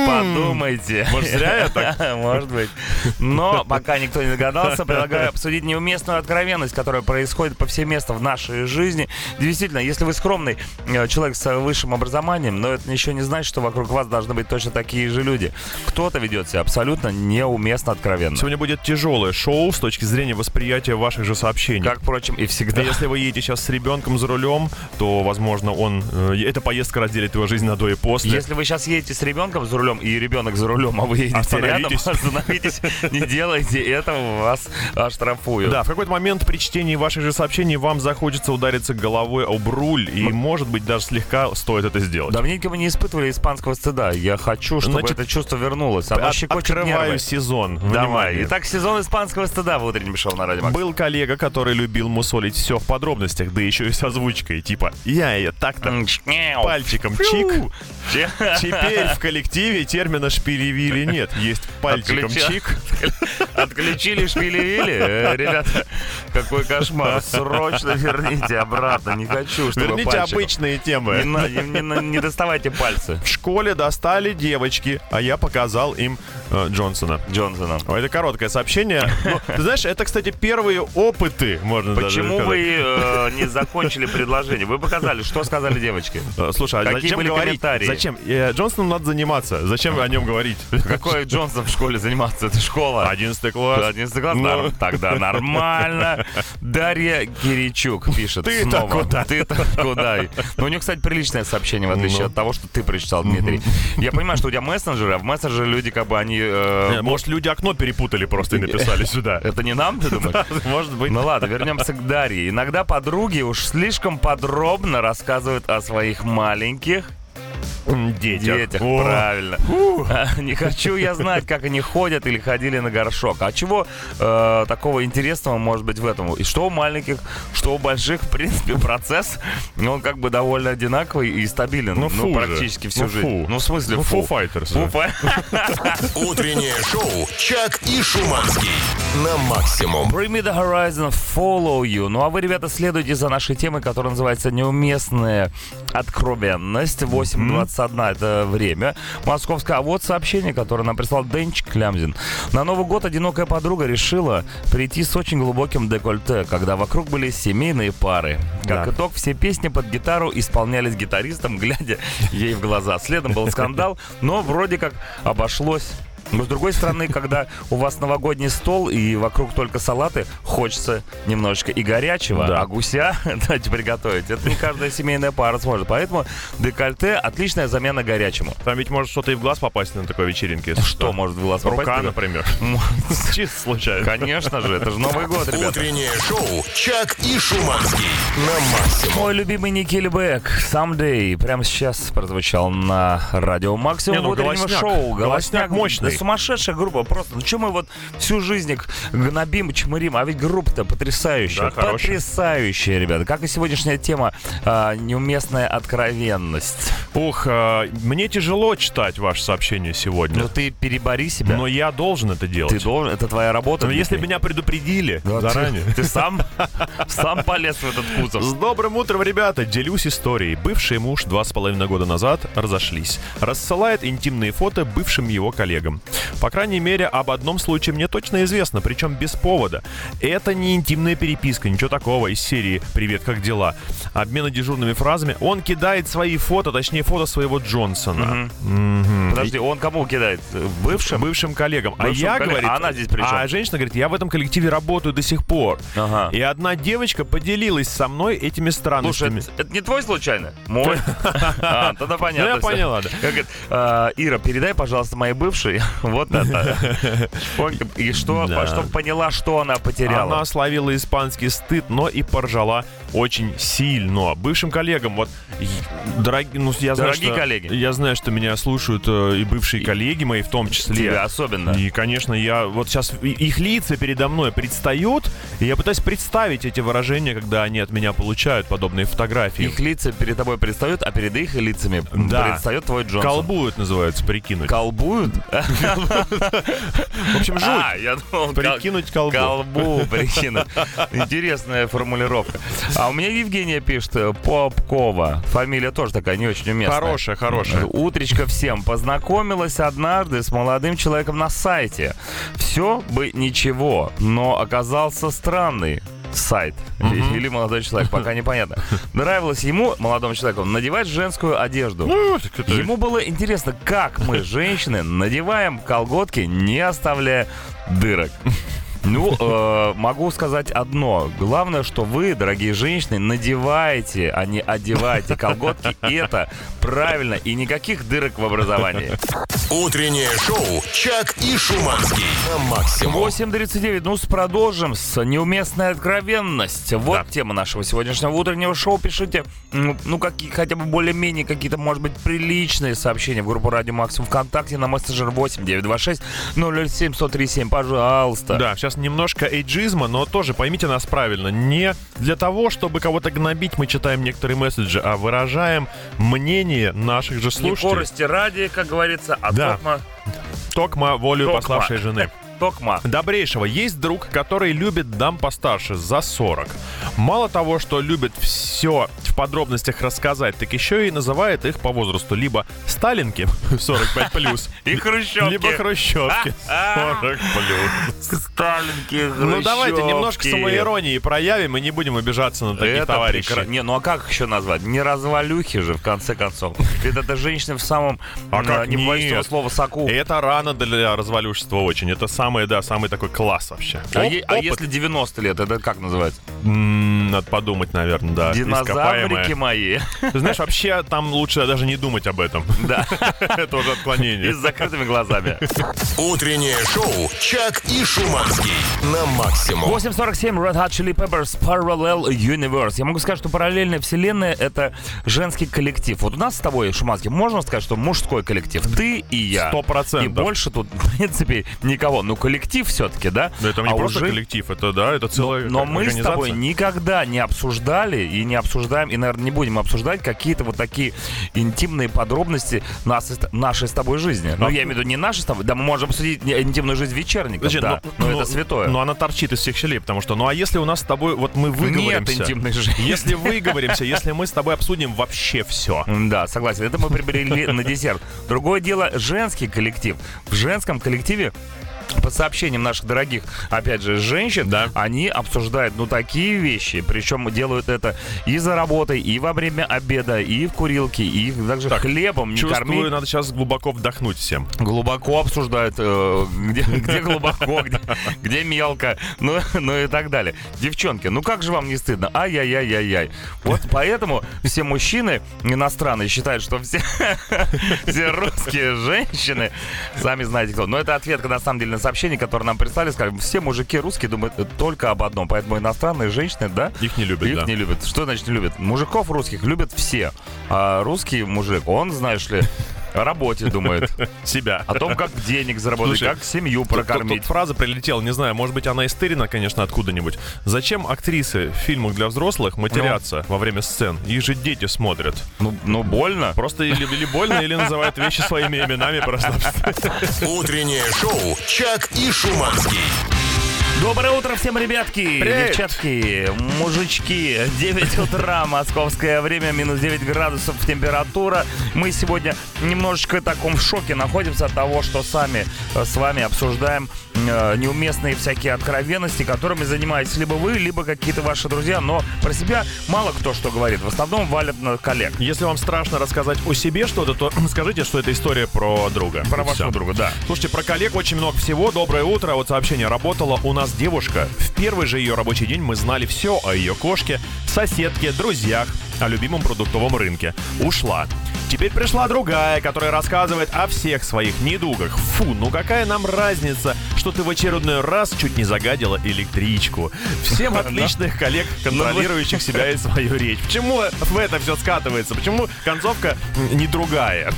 Speaker 2: Подумайте.
Speaker 3: М-м. Может, зря я
Speaker 2: так? [LAUGHS] Может быть. Но пока никто не догадался,
Speaker 3: [LAUGHS]
Speaker 2: предлагаю обсудить неуместную откровенность, которая происходит повсеместно в нашей жизни. Действительно, если вы скромный э, человек с высшим образованием, но это еще не значит, что вокруг вас должны быть точно такие же люди. Кто-то ведет себя абсолютно неуместно откровенно.
Speaker 3: Сегодня будет тяжелое шоу с точки зрения восприятия ваших же сообщений.
Speaker 2: Как, впрочем, и всегда.
Speaker 3: Если вы едете сейчас с ребенком за рулем, то, возможно, он э, эта поездка разделит его жизнь на до и после.
Speaker 2: Если вы сейчас едете с ребенком за рулем, и ребенок за рулем, а вы едете рядом, [LAUGHS]
Speaker 3: Остановитесь.
Speaker 2: остановитесь, не делайте этого, вас а, штрафуют.
Speaker 3: Да, в какой-то момент при чтении ваших же сообщений вам захочется удариться головой об руль, и, может быть, даже слегка стоит это сделать.
Speaker 2: Давненько мы не испытывали испанского стыда. Я хочу, чтобы
Speaker 3: Значит,
Speaker 2: это чувство вернулось. Оно
Speaker 3: От-
Speaker 2: щекочет
Speaker 3: открываю
Speaker 2: нервы.
Speaker 3: сезон.
Speaker 2: Давай.
Speaker 3: Внимание.
Speaker 2: Итак, сезон испанского стыда в утреннем шоу на радио. Макс.
Speaker 3: Был коллега, который любил мусолить все в подробностях, да еще и с озвучкой. Типа, я ее так-то
Speaker 2: М, чняу.
Speaker 3: пальчиком чик.
Speaker 2: Че?
Speaker 3: Теперь в коллективе термина шпилевили нет. Есть пальчиком
Speaker 2: Отключа-
Speaker 3: чик.
Speaker 2: [LAUGHS] Отключили шпили-вили? Э, Ребята, какой кошмар. Срочно верните обратно. Не хочу, чтобы
Speaker 3: Верните
Speaker 2: пальчиком.
Speaker 3: обычные
Speaker 2: Не,
Speaker 3: темы.
Speaker 2: на- не- не на- не доставайте пальцы
Speaker 3: В школе достали девочки, а я показал им э, Джонсона.
Speaker 2: Джонсона.
Speaker 3: Ой, Это короткое сообщение. Ну, ты знаешь, это, кстати, первые опыты, можно даже
Speaker 2: Почему
Speaker 3: сказать.
Speaker 2: вы э, не закончили предложение? Вы показали, что сказали девочки.
Speaker 3: Э, Слушай, а
Speaker 2: Какие
Speaker 3: зачем
Speaker 2: были
Speaker 3: говорить?
Speaker 2: комментарии?
Speaker 3: Зачем? Э, Джонсоном надо заниматься. Зачем
Speaker 2: [LAUGHS]
Speaker 3: о нем говорить?
Speaker 2: Какой Джонсон в школе заниматься? Это школа.
Speaker 3: 11 класс.
Speaker 2: 11 класс,
Speaker 3: Ну.
Speaker 2: норм- тогда нормально. Дарья Киричук пишет
Speaker 3: Ты-то
Speaker 2: снова.
Speaker 3: куда?
Speaker 2: Ты-то куда? Но у нее, кстати, приличное сообщение, в отличие
Speaker 3: Ну.
Speaker 2: от того, что ты прочитал, Дмитрий. Я понимаю, что у тебя мессенджеры, а в мессенджере люди как бы они... э,
Speaker 3: Э, Может, люди окно перепутали просто и написали сюда.
Speaker 2: Это не нам, ты думаешь?
Speaker 3: э, Может быть.
Speaker 2: Ну ладно, вернемся к Дарье. Иногда подруги уж слишком подробно рассказывают о своих маленьких
Speaker 3: М, Детях.
Speaker 2: детях.
Speaker 3: О,
Speaker 2: Правильно. А, Не хочу я знать, как они ходят или ходили на горшок. А чего э, такого интересного может быть в этом? И что у маленьких, что у больших, в принципе, [LAUGHS] процесс, ну, он как бы довольно одинаковый и стабилен.
Speaker 3: Ну, фу же.
Speaker 2: практически всю
Speaker 3: Ну,
Speaker 2: жизнь.
Speaker 3: фу.
Speaker 2: Ну, в смысле,
Speaker 3: Ну,
Speaker 2: фу.
Speaker 3: Foo Fighters.
Speaker 2: Фу, фай-
Speaker 1: Утреннее шоу «Чак и Шуманский» на максимум.
Speaker 2: Bring me the horizon, follow you. Ну а вы, ребята, следуйте за нашей темой, которая называется «Неуместная откровенность». 8.21 это время. Московское. А вот сообщение, которое нам прислал Денчик Клямзин. На Новый год одинокая подруга решила прийти с очень глубоким декольте, когда вокруг были семейные пары. Как
Speaker 3: Да.
Speaker 2: итог, все песни под гитару исполнялись гитаристом, [LAUGHS] глядя ей в глаза. Следом был скандал, но вроде как обошлось. Но с другой стороны, когда у вас новогодний стол и вокруг только салаты, хочется немножечко и горячего,
Speaker 3: Да.
Speaker 2: а гуся [LAUGHS] дайте приготовить. Это не каждая семейная пара сможет. Поэтому декольте отличная замена горячему.
Speaker 3: Там ведь может что-то и в глаз попасть на такой вечеринке. если
Speaker 2: Что может в глаз попасть?
Speaker 3: Рука, например. [LAUGHS] Чисто случайно.
Speaker 2: Конечно же, это же Новый год, ребята.
Speaker 1: Утреннее шоу «Чак и Шуманский» на максимум.
Speaker 2: Мой любимый Никель Бэк Someday прямо сейчас прозвучал на радио Максимум
Speaker 3: Не, ну,
Speaker 2: в утреннем
Speaker 3: голосняк.
Speaker 2: шоу.
Speaker 3: Голосняк мощный.
Speaker 2: Да сумасшедшая группа просто. Ну что мы вот всю жизнь их гнобим, чмырим, а ведь группа-то потрясающая.
Speaker 3: Да, хорошая.
Speaker 2: потрясающая, ребята. Как и сегодняшняя тема а, неуместная откровенность.
Speaker 3: Ух, а, мне тяжело читать ваше сообщение
Speaker 2: Но
Speaker 3: сегодня.
Speaker 2: Ну, ты перебори себя.
Speaker 3: Но я Ну, должен это
Speaker 2: ты
Speaker 3: делать.
Speaker 2: должен, это твоя работа.
Speaker 3: Но Ну, если
Speaker 2: Дмитрий.
Speaker 3: меня предупредили
Speaker 2: Да, ты-
Speaker 3: заранее.
Speaker 2: Ты, сам, сам полез в этот кузов.
Speaker 3: С добрым утром, ребята! Делюсь историей. Бывший муж два с половиной года назад разошлись. Рассылает интимные фото бывшим его коллегам. По крайней мере, об одном случае мне точно известно, причем без повода. Это не интимная переписка, ничего такого из серии «Привет, как дела?». Обмена дежурными фразами. Он кидает свои фото, точнее фото своего Джонсона. Мгм.
Speaker 2: Подожди, он кому кидает? Э, Бывшим?
Speaker 3: Бывшим коллегам. а
Speaker 2: Бывшим
Speaker 3: я
Speaker 2: коллегам.
Speaker 3: говорит,
Speaker 2: А она здесь при чем?
Speaker 3: а женщина говорит, я в этом коллективе работаю до сих пор.
Speaker 2: Ага.
Speaker 3: И одна девочка поделилась со мной этими
Speaker 2: Слушай,
Speaker 3: странностями.
Speaker 2: это, это не твой случайно?
Speaker 3: [LAUGHS]
Speaker 2: Мой. А, тогда понятно.
Speaker 3: Ну, я
Speaker 2: всё.
Speaker 3: поняла, да.
Speaker 2: Как говорит, «А, Ира, передай, пожалуйста, моей бывшей [LAUGHS] вот это. И что,
Speaker 3: [LAUGHS] Да.
Speaker 2: что поняла, что она потеряла.
Speaker 3: Она словила испанский стыд, но и поржала очень сильно. Бывшим коллегам, вот, и- дорогие, ну, я знаю,
Speaker 2: Дорогие
Speaker 3: что-
Speaker 2: коллеги.
Speaker 3: Я знаю, что меня слушают э, и бывшие коллеги мои в том числе.
Speaker 2: Тебя особенно.
Speaker 3: И, конечно, я вот сейчас и- их лица передо мной предстают, и я пытаюсь представить эти выражения, когда они от меня получают подобные фотографии.
Speaker 2: Их лица перед тобой предстают, а перед их лицами
Speaker 3: Да.
Speaker 2: предстает твой Джонсон.
Speaker 3: Колбу это называется, прикинуть.
Speaker 2: Колбуют?
Speaker 3: В общем, жуть.
Speaker 2: А, [LAUGHS] я думал, кол-
Speaker 3: Прикинуть колбу.
Speaker 2: Колбу, прикинуть. Интересная формулировка. А у меня Евгения пишет э, Попкова. Фамилия тоже такая не очень уместная.
Speaker 3: Хорошая, хорошая.
Speaker 2: Э. Утречка всем. Познакомилась однажды с молодым человеком на сайте. Все бы ничего, но оказался странный сайт или молодой человек, пока непонятно. Нравилось ему, молодому человеку, надевать женскую одежду. Ему было интересно, как мы, женщины, надеваем колготки, не оставляя дырок. Ну, э, могу сказать одно. Главное, что вы, дорогие женщины, надеваете, а не одеваете колготки. И это правильно. И никаких дырок в образовании.
Speaker 1: Утреннее шоу «Чак и Шуманский» на максимум.
Speaker 2: 8.39. Ну, с продолжим с неуместной откровенность. Вот тема нашего сегодняшнего утреннего шоу. Пишите, м, ну, какие, хотя бы более-менее какие-то, может быть, приличные сообщения в группу Радио Максимум ВКонтакте на мессенджер 8926 007 1037. Пожалуйста.
Speaker 3: Да, сейчас немножко эйджизма, но тоже поймите нас правильно. Не для того, чтобы кого-то гнобить, мы читаем некоторые месседжи, а выражаем мнение наших же
Speaker 2: Не
Speaker 3: слушателей.
Speaker 2: корости ради, как говорится, а
Speaker 3: Да.
Speaker 2: токма,
Speaker 3: Токма волю
Speaker 2: Токма.
Speaker 3: пославшей жены.
Speaker 2: токма.
Speaker 3: Добрейшего. Есть друг, который любит дам постарше, за 40. Мало того, что любит все в подробностях рассказать, так еще и называет их по возрасту либо Сталинки [LAUGHS]
Speaker 2: [LAUGHS]
Speaker 3: 45+, плюс,
Speaker 2: И хрущевки.
Speaker 3: либо Хрущевки
Speaker 2: А,
Speaker 3: 40+. плюс.
Speaker 2: Сталинки,
Speaker 3: Ну давайте немножко
Speaker 2: хрущевки.
Speaker 3: самоиронии проявим и не будем обижаться на таких
Speaker 2: Это
Speaker 3: товарищей.
Speaker 2: прекра- Не, ну а как их еще назвать? Не развалюхи же, в конце концов. Ведь это женщина в самом,
Speaker 3: А
Speaker 2: м,
Speaker 3: как
Speaker 2: не боюсь этого
Speaker 3: нет?
Speaker 2: слова, соку.
Speaker 3: Это рано для развалюшества очень. Это самый, да, самый такой класс вообще.
Speaker 2: А,
Speaker 3: Оп-
Speaker 2: е- а
Speaker 3: опыт.
Speaker 2: если 90 лет, это как называется?
Speaker 3: М, надо подумать, наверное,
Speaker 2: Э,
Speaker 3: да.
Speaker 2: Динозаврики
Speaker 3: ископаемое.
Speaker 2: мои.
Speaker 3: Ты Знаешь, вообще там лучше даже не думать об этом.
Speaker 2: [LAUGHS] Да,
Speaker 3: Это
Speaker 2: [LAUGHS]
Speaker 3: уже
Speaker 2: и
Speaker 3: отклонение.
Speaker 2: с закрытыми [LAUGHS] глазами.
Speaker 1: Утреннее шоу «Чак и Шуманский» на максимум.
Speaker 2: 8.47 Red Hot Chili Peppers Parallel Universe. Я могу сказать, что параллельная вселенная — это женский коллектив. Вот у нас с тобой, Шуманский, можно сказать, что мужской коллектив. Ты и я.
Speaker 3: Сто
Speaker 2: И
Speaker 3: процентов.
Speaker 2: больше тут, [LAUGHS] в принципе, никого. Ну, коллектив все-таки, да?
Speaker 3: Да это не
Speaker 2: А
Speaker 3: просто
Speaker 2: уже-
Speaker 3: коллектив, это да, это целая
Speaker 2: Но мы с
Speaker 3: организация.
Speaker 2: тобой никогда не обсуждали и не обсуждаем, и, наверное, не будем обсуждать какие-то вот такие интимные подробности нас, и с- нашей с тобой жизни. Ну,
Speaker 3: А-
Speaker 2: я имею в виду не нашей с тобой, да, мы можем обсудить не- интимную жизнь вечерников,
Speaker 3: Подожди,
Speaker 2: да,
Speaker 3: ну-
Speaker 2: но
Speaker 3: ну-
Speaker 2: это святое.
Speaker 3: Но она торчит из всех щелей, потому что, ну а если у нас с тобой, вот мы
Speaker 2: Нет
Speaker 3: выговоримся.
Speaker 2: интимной жизни.
Speaker 3: Если выговоримся, если мы с тобой обсудим вообще все.
Speaker 2: Да, согласен. Это мы приобрели на десерт. Другое дело женский коллектив. В женском коллективе по сообщениям наших дорогих, опять же, женщин,
Speaker 3: Да.
Speaker 2: они обсуждают, ну, такие вещи. Причем делают это и за работой, и во время обеда, и в курилке, и даже
Speaker 3: Так,
Speaker 2: хлебом не
Speaker 3: Чувствую,
Speaker 2: корми.
Speaker 3: надо сейчас глубоко вдохнуть всем.
Speaker 2: Глубоко обсуждают, э, где, где глубоко, где, где мелко, ну, ну и так далее. Девчонки, ну как же вам не стыдно? Ай-яй-яй-яй-яй. Вот поэтому все мужчины иностранные считают, что все, все русские женщины, сами знаете кто. Но это ответка на самом деле на сообщение, которое нам прислали. Скажем, все мужики русские думают только об одном. Поэтому иностранные женщины, да,
Speaker 3: Их не любят,
Speaker 2: их
Speaker 3: да.
Speaker 2: не любят. Что значит не любят? Мужиков русских любят все. А русский мужик, он, знаешь ли, о работе думает,
Speaker 3: Себя.
Speaker 2: о том, как денег заработать,
Speaker 3: Слушай,
Speaker 2: как семью
Speaker 3: Тут- тут-
Speaker 2: прокормить.
Speaker 3: А Тут фраза прилетела, не знаю, может быть, она из Тырина, конечно, откуда-нибудь. Зачем актрисы в фильмах для взрослых матерятся во время сцен? Их же дети смотрят.
Speaker 2: Ну, ну, больно.
Speaker 3: Просто или, или больно, или называют вещи своими именами просто.
Speaker 1: Утреннее шоу «Чак и Шуманский».
Speaker 2: Доброе утро всем, ребятки,
Speaker 3: Привет.
Speaker 2: девчатки, мужички. 9 утра, московское время, минус 9 градусов температура. Мы сегодня немножечко в таком шоке находимся от того, что сами э, с вами обсуждаем э, неуместные всякие откровенности, которыми занимаетесь либо вы, либо какие-то ваши друзья. Но про себя мало кто что говорит. В основном валят на коллег.
Speaker 3: [LAUGHS] Если вам страшно рассказать о себе что-то, то [CLEARS THROAT] скажите, что это история про друга.
Speaker 2: Про
Speaker 3: И
Speaker 2: вашего
Speaker 3: всё.
Speaker 2: друга, да.
Speaker 3: Слушайте, про коллег очень много всего. Доброе утро. Вот сообщение работало. У нас девушка. В первый же ее рабочий день мы знали все о ее кошке, соседке, друзьях, о любимом продуктовом рынке. Ушла. Теперь пришла другая, которая рассказывает о всех своих недугах. Фу, ну какая нам разница, что ты в очередной раз чуть не загадила электричку. Всем отличных коллег, контролирующих себя и свою речь. Почему в это все скатывается? Почему концовка м, не другая?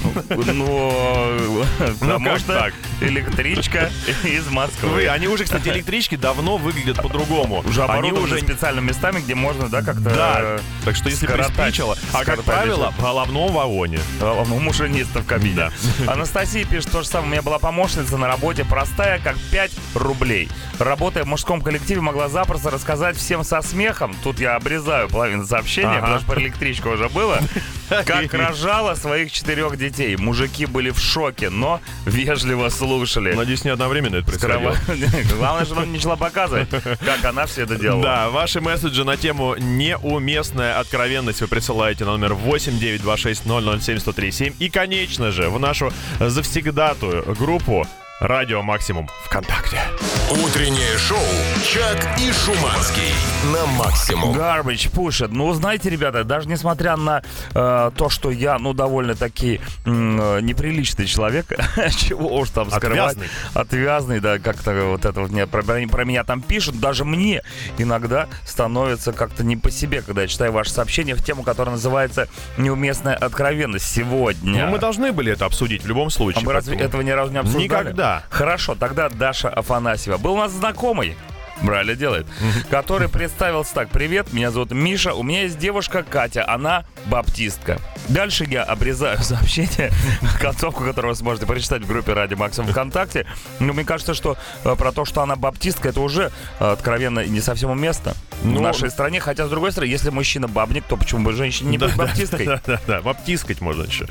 Speaker 2: Ну, потому
Speaker 3: как
Speaker 2: что
Speaker 3: так?
Speaker 2: электричка из
Speaker 3: Вы,
Speaker 2: Москвы.
Speaker 3: они уже, кстати, электрички давно выглядят по-другому.
Speaker 2: Уже
Speaker 3: они
Speaker 2: оборудованы
Speaker 3: уже
Speaker 2: специальными местами, где можно, да, как-то...
Speaker 3: да.
Speaker 2: э,
Speaker 3: Так что если
Speaker 2: скоротать-
Speaker 3: приспичило, а как
Speaker 2: скоротать
Speaker 3: правило,
Speaker 2: жизнь.
Speaker 3: в головном вагоне.
Speaker 2: Э, Машиниста в кабине.
Speaker 3: Да.
Speaker 2: Анастасия пишет то же самое. У меня была помощница на работе, простая, как 5 рублей. Работая в мужском коллективе, могла запросто рассказать всем со смехом. Тут я обрезаю половину сообщения,
Speaker 3: Ага.
Speaker 2: потому что про электричку уже было. Как рожала своих четырех детей. Мужики были в шоке, но вежливо слушали.
Speaker 3: Надеюсь, не одновременно это происходило.
Speaker 2: Кровать. [LAUGHS] Главное, чтобы она не начала показывать, как она все это делала.
Speaker 3: Да, ваши месседжи на тему «Неуместная откровенность» вы присылаете на номер 89260071037 и, конечно же, в нашу завсегдатую группу «Радио Максимум» ВКонтакте.
Speaker 1: Утреннее шоу «Чак и Шуманский» на максимум.
Speaker 2: Гарбич пушит. Ну, знаете, ребята, даже несмотря на э, то, что я, ну, довольно-таки м, э, неприличный человек, [LAUGHS] чего уж там скрывать.
Speaker 3: Отвязный.
Speaker 2: Отвязный, да, как-то вот это вот мне, про, про меня там пишут. Даже мне иногда становится как-то не по себе, когда я читаю ваше сообщение в тему, которая называется «Неуместная откровенность сегодня».
Speaker 3: Но Ну, мы должны были это обсудить в любом
Speaker 2: А
Speaker 3: случае.
Speaker 2: мы разве
Speaker 3: поэтому-
Speaker 2: этого ни разу не обсуждали?
Speaker 3: Никогда.
Speaker 2: Хорошо, тогда Даша Афанасьева. Был у нас знакомый. Брали делает. Который представился так. Привет, меня зовут Миша. У меня есть девушка Катя. Она баптистка. Дальше я обрезаю [LAUGHS] сообщение, концовку которого вы сможете прочитать в группе Ради Максим ВКонтакте. Но мне кажется, что э, про то, что она баптистка, это уже э, откровенно не совсем уместно
Speaker 3: Ну,
Speaker 2: в нашей стране. Хотя, с другой стороны, если мужчина бабник, то почему бы женщине не
Speaker 3: [LAUGHS] Да,
Speaker 2: быть
Speaker 3: да,
Speaker 2: баптисткой?
Speaker 3: Да, да, да, баптискать можно [LAUGHS] еще.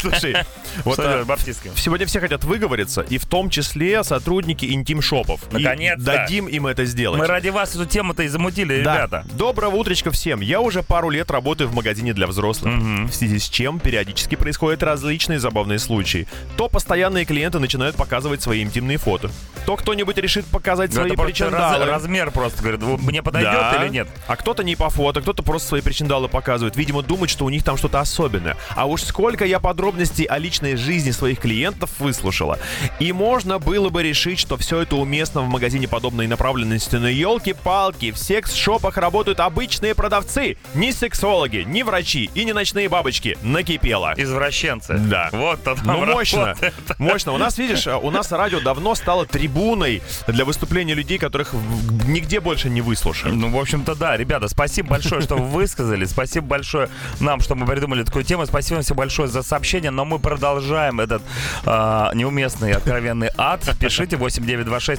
Speaker 3: Слушай, вот
Speaker 2: Что
Speaker 3: а,
Speaker 2: делать баптисткой?
Speaker 3: Сегодня все хотят выговориться, и в том числе сотрудники интим-шопов. И
Speaker 2: Наконец-то.
Speaker 3: дадим им это сделать.
Speaker 2: Мы ради вас эту тему-то и замутили,
Speaker 3: Да.
Speaker 2: ребята.
Speaker 3: Доброго утречка всем. Я уже пару лет работаю в магазине для взрослых. В связи с чем периодически происходят различные забавные случаи. То постоянные клиенты начинают показывать свои интимные фото, то кто-нибудь решит показать свои
Speaker 2: Ну, Это просто раз-
Speaker 3: причиндалы.
Speaker 2: размер просто, говорит, «Вы- мне подойдет
Speaker 3: Да.
Speaker 2: или нет?
Speaker 3: А кто-то не по фото, кто-то просто свои причиндалы показывает. Видимо, думает, что у них там что-то особенное. А уж сколько я подробностей о личной жизни своих клиентов выслушала. И можно было бы решить, что все это уместно в магазине подобной направленности. Но елки-палки, в секс-шопах работают обычные продавцы. Не сексологи, не врачи и не ночные бабочки. Накипело.
Speaker 2: Извращенцы.
Speaker 3: Да.
Speaker 2: Вот там
Speaker 3: Ну, мощно,
Speaker 2: работает.
Speaker 3: мощно. У нас, видишь, у нас радио давно стало трибуной для выступления людей, которых в- нигде больше не выслушают.
Speaker 2: Ну, в общем-то, да, ребята, спасибо большое, что вы высказали. Спасибо большое нам, что мы придумали такую тему. Спасибо вам всем большое за сообщение. Но мы продолжаем этот а, неуместный откровенный ад. Пишите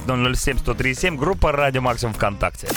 Speaker 2: 8926-007-1037, группа Радио Максимум ВКонтакте.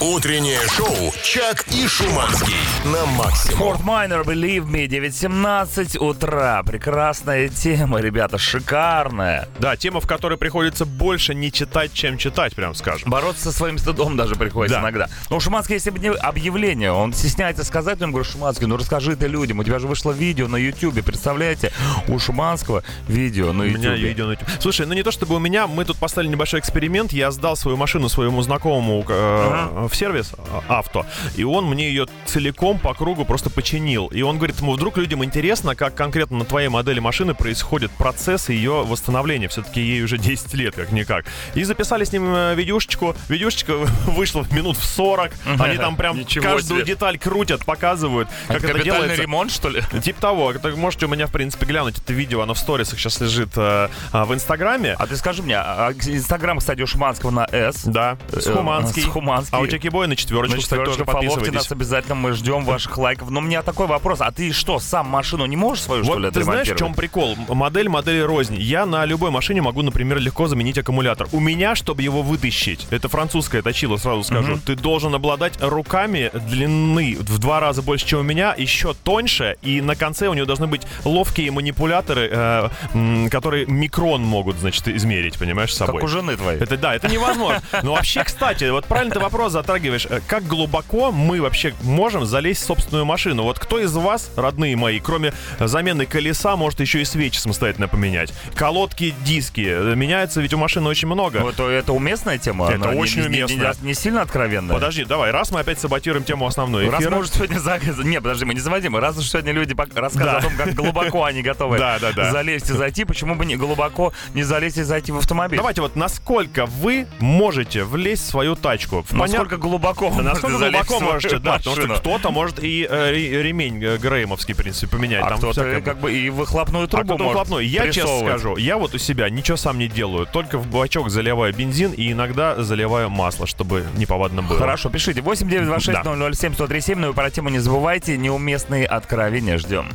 Speaker 1: Утреннее шоу «Чак и Шуманский» на максимум.
Speaker 2: Форт Майнер, Believe Me, 9.17 утра. Прекрасная тема, ребята, шикарная.
Speaker 3: Да, тема, в которой приходится больше не читать, чем читать, прям скажем.
Speaker 2: Бороться со своим стыдом даже приходится
Speaker 3: Да.
Speaker 2: иногда. Ну, Шуманский, если бы не объявление, он стесняется сказать, но я ему говорю, Шуманский, ну расскажи ты людям, у тебя же вышло видео на Ютубе, представляете? У Шуманского видео на
Speaker 3: У меня
Speaker 2: Ютубе.
Speaker 3: видео на YouTube. Слушай, ну не то чтобы у меня, мы тут поставили небольшой эксперимент. Я сдал свою машину своему знакомому э, в сервис э, авто, и он мне ее целиком по кругу просто починил. И он говорит, ну вдруг людям интересно, как конкретно на твоей модели машины происходит процесс ее восстановления. Все-таки ей уже 10 лет, как никак. И записали с ним э, видюшечку. Видюшечка [LAUGHS] вышла в минут в 40. Они там
Speaker 2: [LAUGHS]
Speaker 3: прям
Speaker 2: Ничего
Speaker 3: каждую
Speaker 2: себе.
Speaker 3: деталь крутят, показывают, как это
Speaker 2: капитальный
Speaker 3: делается.
Speaker 2: ремонт, что ли?
Speaker 3: Типа того, это можете у меня, в принципе, глянуть это видео, оно в сторисах сейчас лежит э, а, в Инстаграме.
Speaker 2: А ты скажи мне, а Инстаграм, кстати, у Шуманского на С. Ну,
Speaker 3: Да, с
Speaker 2: Э,
Speaker 3: Хуманский.
Speaker 2: с Хуманский.
Speaker 3: А у Чеки Бой на четверочку,
Speaker 2: Значит,
Speaker 3: кстати, тоже
Speaker 2: тоже фоловьте
Speaker 3: подписывайтесь.
Speaker 2: нас обязательно, мы ждем ваших лайков. Но у меня Ну, такой вопрос, а ты что, сам машину не можешь свою, что ли,
Speaker 3: Вот ты знаешь, в
Speaker 2: отремонтировать?
Speaker 3: чем прикол? М- Модель модели рознь. Я на любой машине могу, например, легко заменить аккумулятор. У меня, чтобы его вытащить, это французское точило, сразу скажу, ты должен обладать руками длины в два раза больше, чем у меня, еще тоньше, и на конце у него должны быть ловкие манипуляторы, э, м, которые микрон могут, значит, измерить, понимаешь, с собой.
Speaker 2: Как у жены твоей.
Speaker 3: Это да, это невозможно. Но вообще, кстати, вот правильно ты вопрос затрагиваешь. Э, Как глубоко мы вообще можем залезть в собственную машину? Вот кто из вас, родные мои, кроме э, замены колеса, может еще и свечи самостоятельно поменять? Колодки, диски. э, Меняется ведь у машины очень много.
Speaker 2: Вот, э, это уместная тема?
Speaker 3: Это
Speaker 2: Она не-
Speaker 3: очень
Speaker 2: не- не-
Speaker 3: уместная.
Speaker 2: Не, не сильно откровенная?
Speaker 3: Подожди, давай, раз мы опять саботируем тему основной
Speaker 2: Раз
Speaker 3: эфира.
Speaker 2: может сегодня... за- Не, подожди, мы не заводим. Раз уж сегодня люди пок- рассказывают о том, как глубоко они готовы
Speaker 3: Да, да, да.
Speaker 2: залезть и зайти, почему бы не глубоко не залезть и зайти в автомобиль?
Speaker 3: Давайте вот насколько вы можете влезть в свою тачку. В понят-
Speaker 2: Насколько глубоко вы
Speaker 3: Насколько
Speaker 2: можете залезть
Speaker 3: глубоко
Speaker 2: в свою
Speaker 3: можете, да, потому что
Speaker 2: машину?
Speaker 3: кто-то может и э, ре- ремень э, Греймовский, в принципе, поменять.
Speaker 2: А
Speaker 3: там
Speaker 2: кто-то
Speaker 3: всякое
Speaker 2: как бы и выхлопную
Speaker 3: А
Speaker 2: трубу
Speaker 3: кто-то
Speaker 2: может
Speaker 3: выхлопной. Я честно
Speaker 2: прессовывать.
Speaker 3: скажу, я вот у себя ничего сам не делаю. Только в бачок заливаю бензин и иногда заливаю масло, чтобы неповадно было.
Speaker 2: Хорошо, пишите. 8926
Speaker 3: Да.
Speaker 2: 007 137 Ну и про тему не забывайте. Неуместные откровения ждем.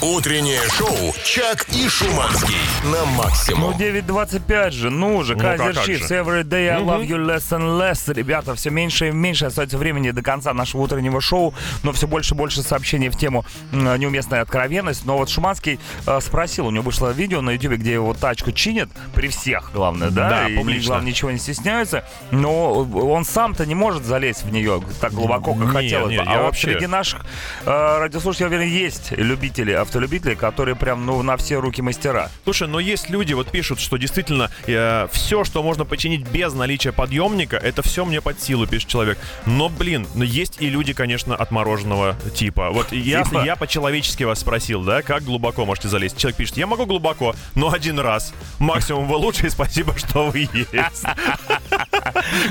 Speaker 1: Утреннее шоу «Чак и Шуманский» на
Speaker 2: Ну,
Speaker 1: максимум.
Speaker 2: 9.25 же, ну же,
Speaker 3: Ну, а
Speaker 2: Kaiser
Speaker 3: как
Speaker 2: Chiefs,
Speaker 3: же?
Speaker 2: Every Day I Love You Less and Less. Ребята, все меньше и меньше остается времени до конца нашего утреннего шоу, но все больше и больше сообщений в тему м, неуместная откровенность. Но вот Шуманский э, спросил, у него вышло видео на YouTube, где его тачку чинят, при всех, главное, да?
Speaker 3: Да,
Speaker 2: и,
Speaker 3: публично.
Speaker 2: главное, ничего не стесняются, но э, он сам-то не может залезть в нее так глубоко, как
Speaker 3: Не,
Speaker 2: хотелось
Speaker 3: не,
Speaker 2: бы.
Speaker 3: я
Speaker 2: а вот
Speaker 3: вообще-
Speaker 2: среди наших э, радиослушателей, я уверен, есть любители, автолюбители, которые прям, ну, на все руки мастера.
Speaker 3: Слушай, но есть люди, вот пишут, что действительно все, что можно починить без наличия подъемника, это все мне под силу, пишет человек. Но, блин, ну, есть и люди, конечно, отмороженного типа. Вот я,
Speaker 2: Типа?
Speaker 3: я по-человечески вас спросил, да, как глубоко можете залезть? Человек пишет, я могу глубоко, но один раз. Максимум вы лучше, и [LAUGHS] спасибо, что вы
Speaker 2: [LAUGHS]
Speaker 3: есть.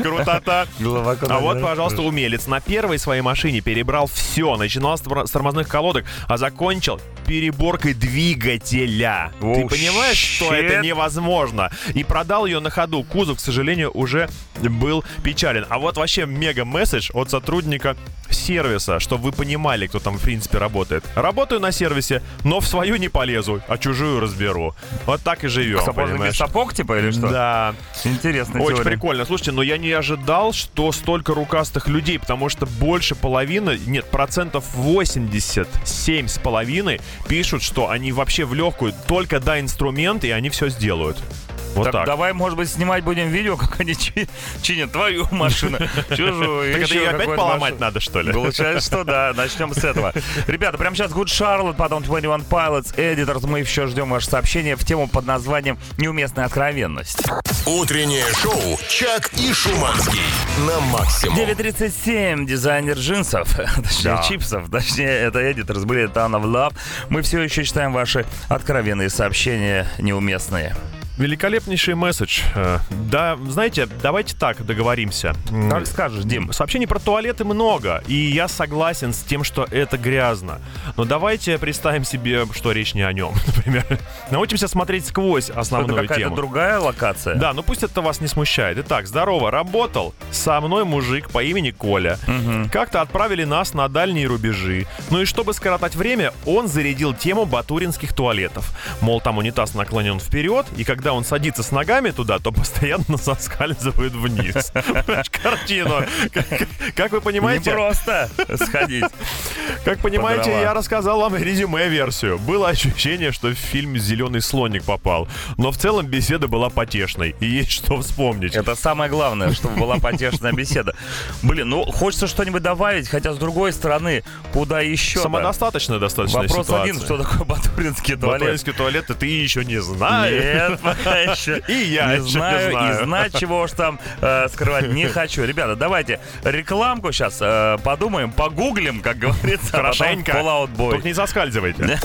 Speaker 3: Крутота.
Speaker 2: Глубоко,
Speaker 3: А
Speaker 2: да,
Speaker 3: вот,
Speaker 2: да.
Speaker 3: пожалуйста, умелец на первой своей машине перебрал все. Начинал с тор- с тормозных колодок, а закончил переборкой двигателя. Ты
Speaker 2: Оу,
Speaker 3: понимаешь, что это
Speaker 2: щет.
Speaker 3: невозможно? И продал ее на ходу. Кузов, к сожалению, уже был печален. А вот вообще мега месседж от сотрудника сервиса, чтобы вы понимали, кто там в принципе работает. Работаю на сервисе, но в свою не полезу, а чужую разберу. Вот так и живем,
Speaker 2: Сапожник без
Speaker 3: понимаешь?
Speaker 2: сапог, типа, или что?
Speaker 3: Да.
Speaker 2: Интересная
Speaker 3: Очень
Speaker 2: теория.
Speaker 3: прикольно. Слушайте, но я не ожидал, что столько рукастых людей, потому что больше половины, нет, процентов 87 с половиной пишут, что они вообще в легкую, только дай инструмент, и они все сделают. Вот
Speaker 2: Так,
Speaker 3: так.
Speaker 2: давай, может быть, снимать будем видео, [LAUGHS] как они чи- чинят твою машину, чужую,
Speaker 3: Так это
Speaker 2: еще
Speaker 3: ее опять
Speaker 2: какую-то
Speaker 3: поломать
Speaker 2: машину.
Speaker 3: надо, что ли?
Speaker 2: Получается, что да. Начнем с этого. Ребята, прямо сейчас Good Charlotte, потом 21 Pilots, Editors. Мы еще ждем ваше сообщение в тему под названием «Неуместная откровенность».
Speaker 1: Утреннее шоу «Чак и Шуманский» на максимум.
Speaker 2: 9.37, дизайнер джинсов, [LAUGHS] точнее
Speaker 3: Да.
Speaker 2: чипсов, точнее это Editors, были Town of Love. Мы все еще читаем ваши откровенные сообщения неуместные.
Speaker 3: Великолепнейший месседж. Э, Да, знаете, давайте так договоримся. М,
Speaker 2: Как скажешь, Дим.
Speaker 3: Сообщений про туалеты много, и я согласен с тем, что это грязно. Но давайте представим себе, что речь не о нем, [LAUGHS] например. Научимся смотреть сквозь
Speaker 2: Это
Speaker 3: основную
Speaker 2: какая-то
Speaker 3: тему.
Speaker 2: другая локация.
Speaker 3: Да, ну пусть это вас не смущает. Итак, здорово, работал со мной мужик по имени Коля. Как-то отправили нас на дальние рубежи. Ну и чтобы скоротать время, он зарядил тему батуринских туалетов. Мол, там унитаз наклонен вперед, и когда он садится с ногами туда, то [LAUGHS] постоянно соскальзывает вниз. Понимаешь, Картину. Как- Как вы
Speaker 2: Не
Speaker 3: понимаете,
Speaker 2: просто сходить.
Speaker 3: как понимаете,
Speaker 2: Подрова.
Speaker 3: я рассказал вам резюме-версию. Было ощущение, что в фильм «Зеленый слоник» попал. Но в целом беседа была потешной. И есть что вспомнить.
Speaker 2: Это самое главное, чтобы была потешная беседа. Блин, ну хочется что-нибудь добавить, хотя с другой стороны, куда еще?
Speaker 3: Самодостаточно достаточно
Speaker 2: Вопрос
Speaker 3: ситуация.
Speaker 2: один, что такое батуринский туалет?
Speaker 3: Батуринский туалет, и ты еще не знаешь.
Speaker 2: Нет,
Speaker 3: [LAUGHS]
Speaker 2: пока еще.
Speaker 3: И я
Speaker 2: не
Speaker 3: еще не
Speaker 2: знаю,
Speaker 3: знаю.
Speaker 2: и знать чего уж там э, скрывать
Speaker 3: [LAUGHS]
Speaker 2: не хочу. Ребята, давайте рекламку сейчас э, подумаем, погуглим, как говорится, а
Speaker 3: Хорошенько.
Speaker 2: Fallout
Speaker 3: Только не соскальзывайте.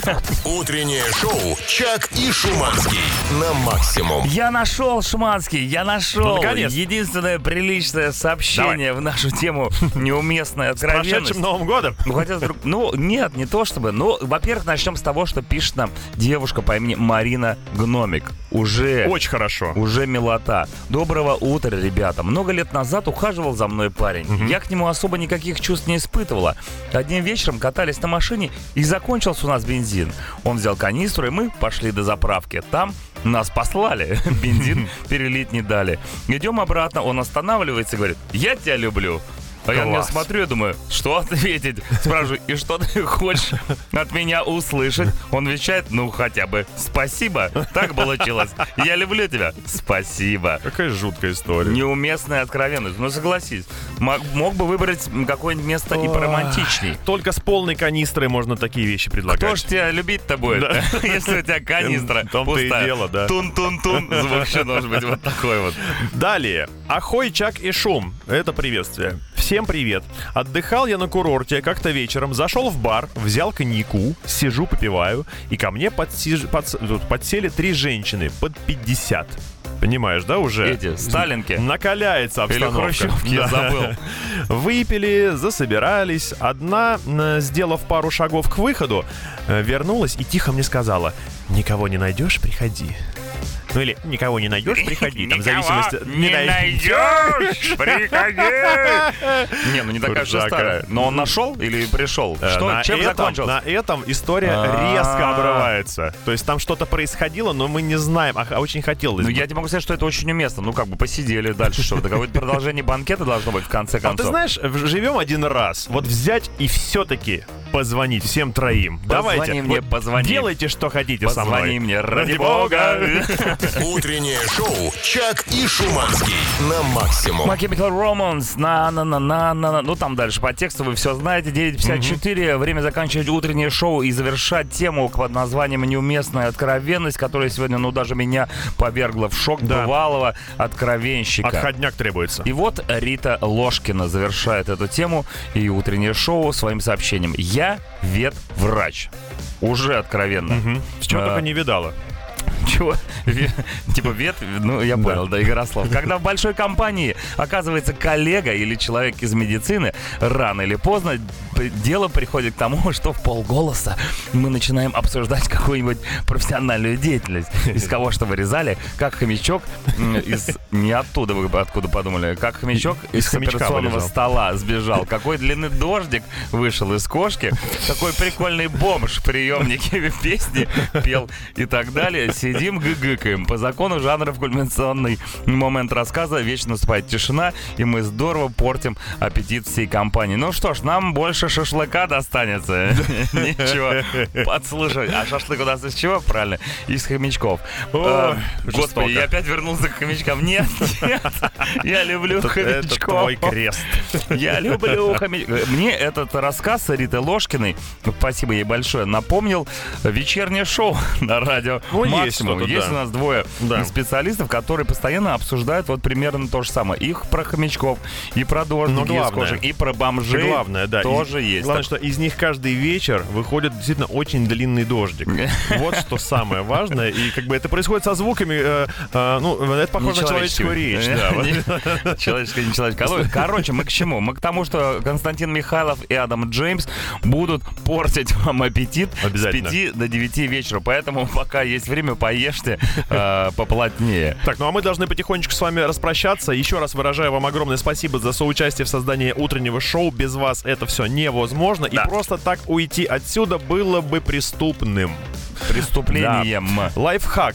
Speaker 1: Утреннее шоу «Чак и Шуманский» на максимум.
Speaker 2: Я нашел, Шуманский, я нашел.
Speaker 3: Ну, наконец.
Speaker 2: Единственное приличное сообщение в нашу тему неуместная откровенность.
Speaker 3: Прошедшим Новым годом.
Speaker 2: Ну, хотя, с друг- ну, нет, не то чтобы. Ну, во-первых, начнем с того, что пишет нам девушка по имени Марина Гномик. Уже уже...
Speaker 3: Очень хорошо.
Speaker 2: Уже милота. Доброго утра, ребята. Много лет назад ухаживал за мной парень. Я к нему особо никаких чувств не испытывала. Одним вечером катались на машине, и закончился у нас бензин. Он взял канистру, и мы пошли до заправки. Там нас послали. [LAUGHS] Бензин перелить не дали. Идем обратно, он останавливается и говорит, я тебя люблю. А я на него
Speaker 3: Класс.
Speaker 2: смотрю и думаю, что ответить? Спрашиваю, и что ты хочешь от меня услышать? Он отвечает, ну хотя бы, спасибо, так получилось. Я люблю тебя, спасибо.
Speaker 3: Какая жуткая история.
Speaker 2: Неуместная откровенность. Ну согласись, мог, мог бы выбрать какое-нибудь место и поромантичней.
Speaker 3: Только с полной канистрой можно такие вещи предлагать.
Speaker 2: Кто ж тебя любить-то будет, [LAUGHS] если у тебя канистра
Speaker 3: В том-то и
Speaker 2: пустая?
Speaker 3: дело, да.
Speaker 2: Тун-тун-тун, звук еще может быть вот такой вот.
Speaker 3: Далее. Ахой, Чак и Шум. Это приветствие. Всем привет. Отдыхал я на курорте как-то вечером, зашел в бар, взял коньяку, сижу, попиваю, и ко мне подсиж- подс- подсели три женщины под 50. Понимаешь, да, уже?
Speaker 2: Эти, сталинки.
Speaker 3: Накаляется
Speaker 2: Или
Speaker 3: обстановка.
Speaker 2: хрущевки, я
Speaker 3: Да.
Speaker 2: забыл.
Speaker 3: [LAUGHS] Выпили, засобирались. Одна, м, сделав пару шагов к выходу, э, вернулась и тихо мне сказала, «Никого не найдешь, приходи». Ну или «Никого
Speaker 2: [LAUGHS]
Speaker 3: не найдешь, приходи». Там в
Speaker 2: Никого
Speaker 3: зависимости...
Speaker 2: не
Speaker 3: най-
Speaker 2: найдешь, приходи. Не, ну не такая же
Speaker 3: Ржака.
Speaker 2: старая. Но он нашел или пришел?
Speaker 3: Э,
Speaker 2: Что,
Speaker 3: на
Speaker 2: чем
Speaker 3: этом-
Speaker 2: закончилось? А.
Speaker 3: На этом история
Speaker 2: А-а-а.
Speaker 3: резко обрывается. То есть там что-то происходило, но мы не знаем, а, а очень хотелось
Speaker 2: Ну,
Speaker 3: бы.
Speaker 2: я тебе могу сказать, что это очень уместно. Ну, как бы посидели дальше, что то какое-то продолжение банкета должно быть в конце
Speaker 3: А ты
Speaker 2: концов.
Speaker 3: знаешь, в- живем один раз. Вот взять и все-таки позвонить всем троим.
Speaker 2: Позвони
Speaker 3: Давайте.
Speaker 2: мне,
Speaker 3: вот
Speaker 2: позвони.
Speaker 3: Делайте, что хотите со мной.
Speaker 2: Позвони мне, ради бога.
Speaker 1: Утреннее шоу «Чак и Шуманский» на максимум.
Speaker 2: My Chemical Romance, на на на на на на Ну, там дальше по тексту вы все знаете. 9.54, время заканчивать утреннее шоу и завершать тему под названием «Неуместная откровенность», которая сегодня, ну, даже меня повергла в шок
Speaker 3: Да.
Speaker 2: бывалого откровенщика.
Speaker 3: Отходняк требуется.
Speaker 2: И вот Рита Ложкина завершает эту тему и утреннее шоу своим сообщением. Я ветврач. Уже откровенно.
Speaker 3: С чего
Speaker 2: А,
Speaker 3: только не видала.
Speaker 2: Чего? Ве- Типа вет, ну я понял, да, игра слов. Когда в большой компании оказывается коллега или человек из медицины, рано или поздно п- дело приходит к тому, что в полголоса мы начинаем обсуждать какую-нибудь профессиональную деятельность. Из кого что вырезали, как хомячок м, из... Не оттуда вы бы откуда подумали. Как хомячок из
Speaker 3: хомячка
Speaker 2: операционного
Speaker 3: вылезал.
Speaker 2: стола сбежал. Какой длинный дождик вышел из кошки. Какой прикольный бомж в приемнике [LAUGHS] песни пел и так далее. Сидим гыгыкаем. По закону жанра в кульминационный момент рассказа вечно наступает тишина, и мы здорово портим аппетит всей компании. Ну что ж, нам больше шашлыка
Speaker 3: [LAUGHS]
Speaker 2: достанется. Ничего. Подслушать. А шашлык у нас из чего? Правильно. Из хомячков. Э,
Speaker 3: жестоко.
Speaker 2: Господи, я опять вернулся к хомячкам. Нет, [LAUGHS] нет. Я люблю
Speaker 3: Это
Speaker 2: хомячков.
Speaker 3: э, твой крест.
Speaker 2: Я люблю хомячков. Мне этот рассказ Риты Ложкиной, спасибо ей большое, напомнил вечернее шоу на радио
Speaker 3: Ну, есть
Speaker 2: Максимум.
Speaker 3: что-то,
Speaker 2: Есть
Speaker 3: да.
Speaker 2: у нас двое
Speaker 3: Да.
Speaker 2: специалистов, которые постоянно обсуждают вот примерно то же самое. Их про хомячков, и про
Speaker 3: Но
Speaker 2: дождики из
Speaker 3: главное-
Speaker 2: кожи, и про бомжей.
Speaker 3: Главное, да.
Speaker 2: Тоже
Speaker 3: из-
Speaker 2: есть.
Speaker 3: Главное, что из них каждый вечер выходит действительно очень
Speaker 2: [LAUGHS]
Speaker 3: длинный дождик. Вот что самое важное. И как бы это происходит со звуками. э, э, Ну, это похоже на человеческую Э,
Speaker 2: [LAUGHS]
Speaker 3: речь. да. Вот.
Speaker 2: да. Человеческая, не человеческая. Короче, Короче, мы к чему? Мы к тому, что Константин Михайлов и Адам Джеймс будут портить вам аппетит с
Speaker 3: Обязательно.
Speaker 2: 5 до 9 вечера. Поэтому пока есть время, поешьте э, поплотнее.
Speaker 3: Так, ну а мы должны потихонечку с вами распрощаться. Еще раз выражаю вам огромное спасибо за соучастие в создании утреннего шоу. Без вас это все невозможно.
Speaker 2: Да.
Speaker 3: И просто так уйти отсюда было бы преступным.
Speaker 2: Преступлением.
Speaker 3: Лайфхак.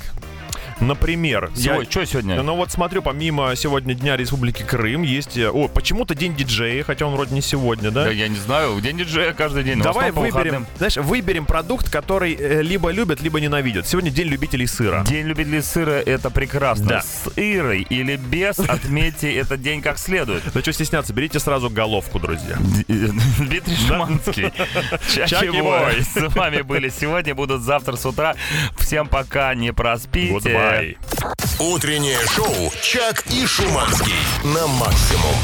Speaker 3: Например, я-
Speaker 2: Что сегодня?
Speaker 3: Ну вот смотрю, помимо сегодня Дня Республики Крым, есть... э, О, почему-то День диджея, хотя он вроде не сегодня, да?
Speaker 2: Да Я не знаю, день диджея каждый день. но в
Speaker 3: ну, Давай
Speaker 2: основном по
Speaker 3: выберем,
Speaker 2: выходным.
Speaker 3: знаешь, выберем продукт, который э, либо любят, либо ненавидят. Сегодня День любителей сыра.
Speaker 2: День любителей сыра – это прекрасно.
Speaker 3: Да.
Speaker 2: С ирой или без отметьте этот день как следует.
Speaker 3: Да что стесняться, берите сразу головку, друзья.
Speaker 2: [LAUGHS] Дмитрий Шуманский.
Speaker 3: Чак и
Speaker 2: Чаки
Speaker 3: Бой.
Speaker 2: Бой. С вами были сегодня, будут завтра с утра. Всем пока, не проспите.
Speaker 3: Goodbye.
Speaker 1: Утреннее шоу «Чак и Шуманский» на максимум.